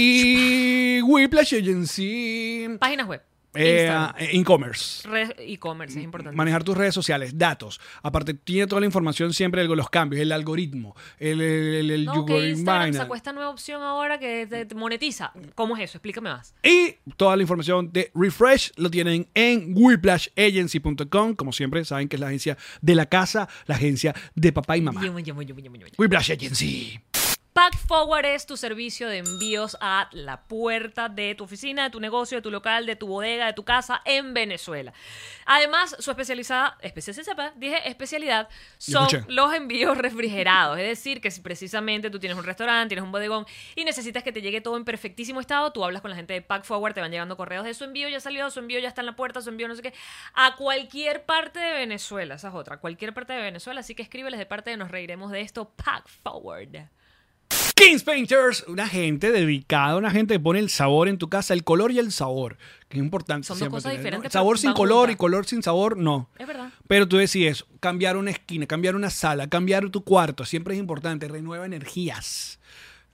D: Agency. Whiplash Agency.
E: Páginas web,
D: Eh,
E: Instagram,
D: eh, E-commerce.
E: red- e-commerce, es importante.
D: Manejar tus redes sociales, datos. Aparte, tiene toda la información siempre de los cambios, el algoritmo, el, el, el- el
E: No,
D: Yugo
E: que Instagram
D: Binance.
E: sacó esta nueva opción ahora que te- te monetiza. ¿Cómo es eso? Explícame más.
D: Y toda la información de Refresh lo tienen en whiplashagency.com. Como siempre, saben que es la agencia de la casa, la agencia de papá y mamá.
E: Yum, yum, yum, yum, yum, yum.
D: Whiplash Agency.
E: Pack Forward es tu servicio de envíos a la puerta de tu oficina, de tu negocio, de tu local, de tu bodega, de tu casa en Venezuela. Además, su especializada, especialidad, dije especialidad, son
D: escuché.
E: los envíos refrigerados. Es decir, que si precisamente tú tienes un restaurante, tienes un bodegón y necesitas que te llegue todo en perfectísimo estado, tú hablas con la gente de Pack Forward, te van llegando correos de su envío ya salió, su envío ya está en la puerta, su envío no sé qué, a cualquier parte de Venezuela. Esa es otra, cualquier parte de Venezuela. Así que escríbeles de parte de Nos Reiremos de esto, Pack Forward.
D: Kings Painters, una gente dedicada, una gente que pone el sabor en tu casa, el color y el sabor, que es importante.
E: Son dos
D: siempre
E: cosas
D: tener, ¿no?
E: diferentes,
D: El Sabor
E: pero
D: sin
E: van
D: color y
E: juntas.
D: color sin sabor, no.
E: Es verdad.
D: Pero tú decides cambiar una esquina, cambiar una sala, cambiar tu cuarto, siempre es importante, renueva energías. Ah.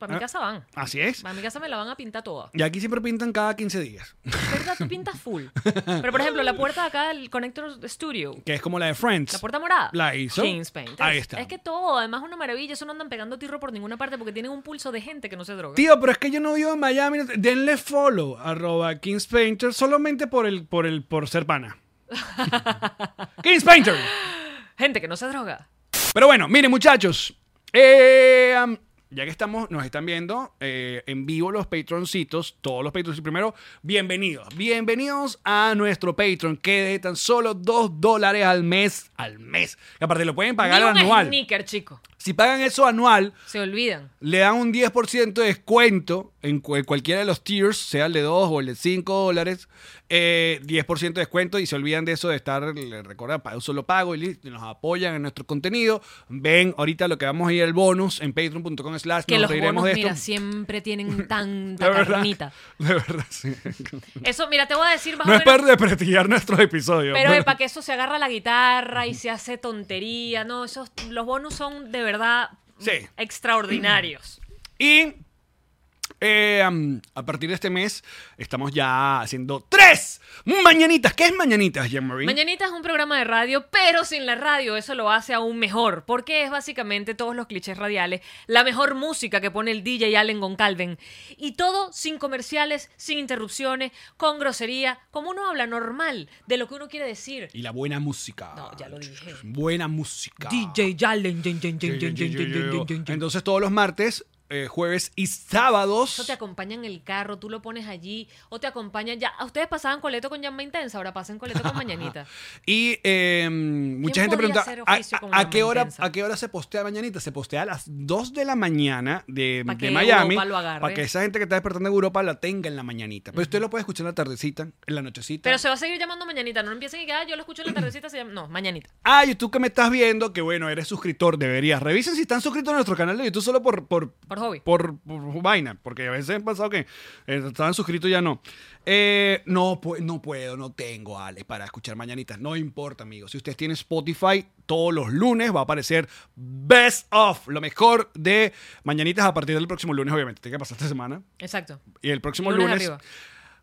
E: Para mi casa van.
D: Así es.
E: Para mi casa me la van a pintar toda.
D: Y aquí siempre pintan cada 15 días,
E: ¿Verdad? Tú pintas full. Pero, por ejemplo, la puerta de acá del Connector Studio.
D: que es como la de Friends.
E: La puerta morada.
D: La hizo.
E: Kings Painters.
D: Ahí está.
E: Es que todo, además, es una maravilla. Eso no andan pegando tirro por ninguna parte porque tienen un pulso de gente que no se droga.
D: Tío, pero es que yo no vivo en Miami. no te- Denle follow arroba Kings Painter solamente por el por el por ser pana. Kings Painter.
E: Gente que no se droga.
D: Pero bueno, miren muchachos, eh, am, ya que estamos, nos están viendo eh, en vivo los patroncitos, todos los patroncitos. Primero, bienvenidos, bienvenidos a nuestro Patreon, que de tan solo 2 dólares al mes, al mes. Y aparte lo pueden pagar
E: Ni un
D: anual.
E: sneaker, chico.
D: Si pagan eso anual,
E: Se olvidan.
D: le dan un 10% de descuento en cu- cualquiera de los tiers, sea el de 2 o el de 5 dólares, eh, 10% de descuento y se olvidan de eso de estar, le recuerda, pa- un solo pago y listo, y nos apoyan en nuestro contenido. Ven ahorita lo que vamos a ir al bonus en patreon.com slash,
E: Que
D: nos
E: los
D: reiremos
E: bonos,
D: de esto.
E: mira, siempre tienen
D: de
E: tanta
D: verdad,
E: carnita.
D: de verdad, sí.
E: Eso, mira, te voy a decir más
D: No
E: o
D: es
E: menos.
D: para desprestigiar nuestros episodios.
E: Pero para que eso se agarra la guitarra y se hace tontería. No, esos, los bonus son de verdad
D: Sí.
E: extraordinarios.
D: Y eh, am, a partir de este mes estamos ya haciendo tres mañanitas. ¿Qué es mañanitas, Jean-Marie?
E: Mañanita es un programa de radio, pero sin la radio eso lo hace aún mejor, porque es básicamente todos los clichés radiales, la mejor música que pone el DJ Allen Goncalven, y todo sin comerciales, sin interrupciones, con grosería, como uno habla normal de lo que uno quiere decir.
D: Y la buena música.
E: No, ya lo dije.
D: Buena música.
E: DJ Allen. yin, yin, yin, yin, yin, yin, yin, yin, yin.
D: Entonces todos los martes, eh, jueves y sábados.
E: Eso te acompaña en el carro, tú lo pones allí, o te acompaña ya. a Ustedes pasaban coleto con llama intensa, ahora pasen coleto con mañanita.
D: Y eh, mucha
E: ¿Quién
D: gente pregunta,
E: podría hacer
D: ¿a,
E: oficio
D: a-
E: como
D: a
E: la
D: qué hora,
E: mantenza?
D: ¿a qué hora se postea mañanita? Se postea a las 2 de la mañana de,
E: Pa'
D: de
E: que
D: Miami
E: Europa lo agarre.
D: para que esa gente que está despertando en Europa la tenga en la mañanita. Pero usted lo puede escuchar en la tardecita, en la nochecita.
E: Pero se va a seguir llamando mañanita, no empiecen y que, ah, yo lo escucho en la tardecita, se llama... No, mañanita.
D: Ah, YouTube que me estás viendo, que bueno, eres suscriptor, deberías. Revisen si están suscritos a nuestro canal de YouTube solo por, por,
E: Por hobby.
D: Por, por vaina, porque a veces han pasado que eh, estaban suscritos y ya no. Eh, no, pu- no puedo, no tengo, Alex, para escuchar mañanitas. No importa, amigos. Si ustedes tienen Spotify, todos los lunes va a aparecer Best of, lo mejor de mañanitas a partir del próximo lunes, obviamente. Tiene que pasar esta semana.
E: Exacto.
D: Y el próximo
E: Lunes
D: lunes,
E: arriba.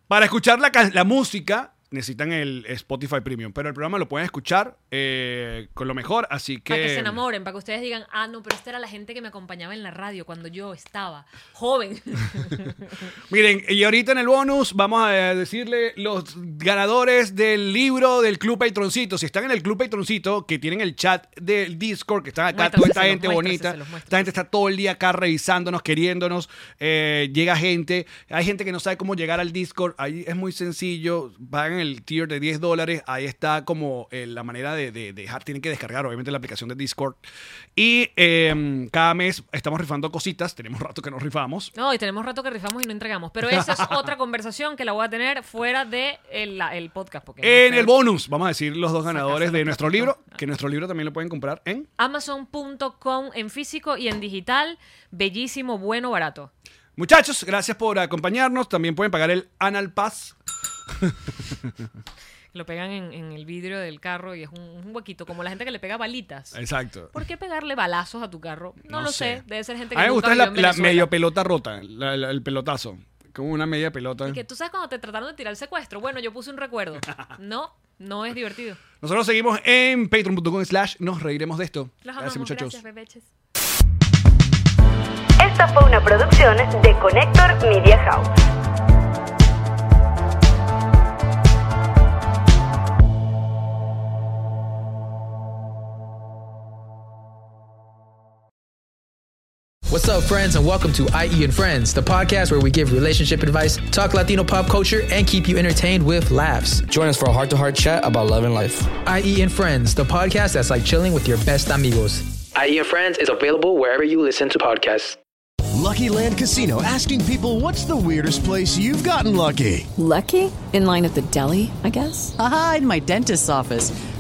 D: para escuchar la, can- la música necesitan el Spotify Premium. Pero el programa lo pueden escuchar eh, con lo mejor, así que...
E: Para que se enamoren, para que ustedes digan, ah, no, pero esta era la gente que me acompañaba en la radio cuando yo estaba joven.
D: Miren, y ahorita en el bonus vamos a eh, decirle los ganadores del libro del Club Patroncito. Si están en el Club Patroncito, que tienen el chat del Discord, que están acá, toda esta
E: Muéstraselos,
D: gente bonita.
E: muéstraselos, muéstraselos.
D: Esta gente está todo el día acá revisándonos, queriéndonos. eh, llega gente. Hay gente que no sabe cómo llegar al Discord. Ahí es muy sencillo. Pagan el tier de 10 dólares. Ahí está como eh, la manera de, de dejar. Tienen que descargar, obviamente, la aplicación de Discord. Y eh, cada mes estamos rifando cositas. Tenemos rato que nos rifamos.
E: No, y tenemos rato que rifamos y no entregamos. Pero esa es otra conversación que la voy a tener fuera del de el, la- el podcast. Porque no
D: En
E: sé.
D: el bonus, vamos a decir los dos ganadores
E: Sacárselo
D: de nuestro
E: rapidito.
D: libro, que nuestro libro también lo pueden comprar en...
E: Amazon.com en físico y en digital. Bellísimo, bueno, barato.
D: Muchachos, gracias por acompañarnos. También pueden pagar el Anal Pass.
E: Lo pegan en, en el vidrio del carro y es un, un huequito, como la gente que le pega balitas.
D: Exacto.
E: ¿Por qué pegarle balazos a tu carro? No, lo sé. Debe ser gente que
D: A mí me
E: nunca
D: gusta es la,
E: vivió en
D: la
E: Venezuela.
D: medio pelota rota, la- la- el pelotazo. Como una media pelota.
E: Y que tú sabes cuando te trataron de tirar el secuestro. Bueno, yo puse un recuerdo. No, no es divertido.
D: Nosotros seguimos en patreon.com slash nos reiremos de esto.
E: Los
D: gracias
E: amamos.
D: muchachos.
E: Gracias, bebeches.
A: Esta fue una producción de Connector Media House.
G: What's up, friends, and welcome to IE and Friends, the podcast where we give relationship advice, talk Latino pop culture, and keep you entertained with laughs.
H: Join us for a heart to heart chat about love and life.
G: IE and Friends, the podcast that's like chilling with your best amigos.
H: IE E and Friends is available wherever you listen to podcasts.
I: Lucky Land Casino asking people what's the weirdest place you've gotten lucky?
J: Lucky? In line at the deli, I guess?
K: Aha, in my dentist's office.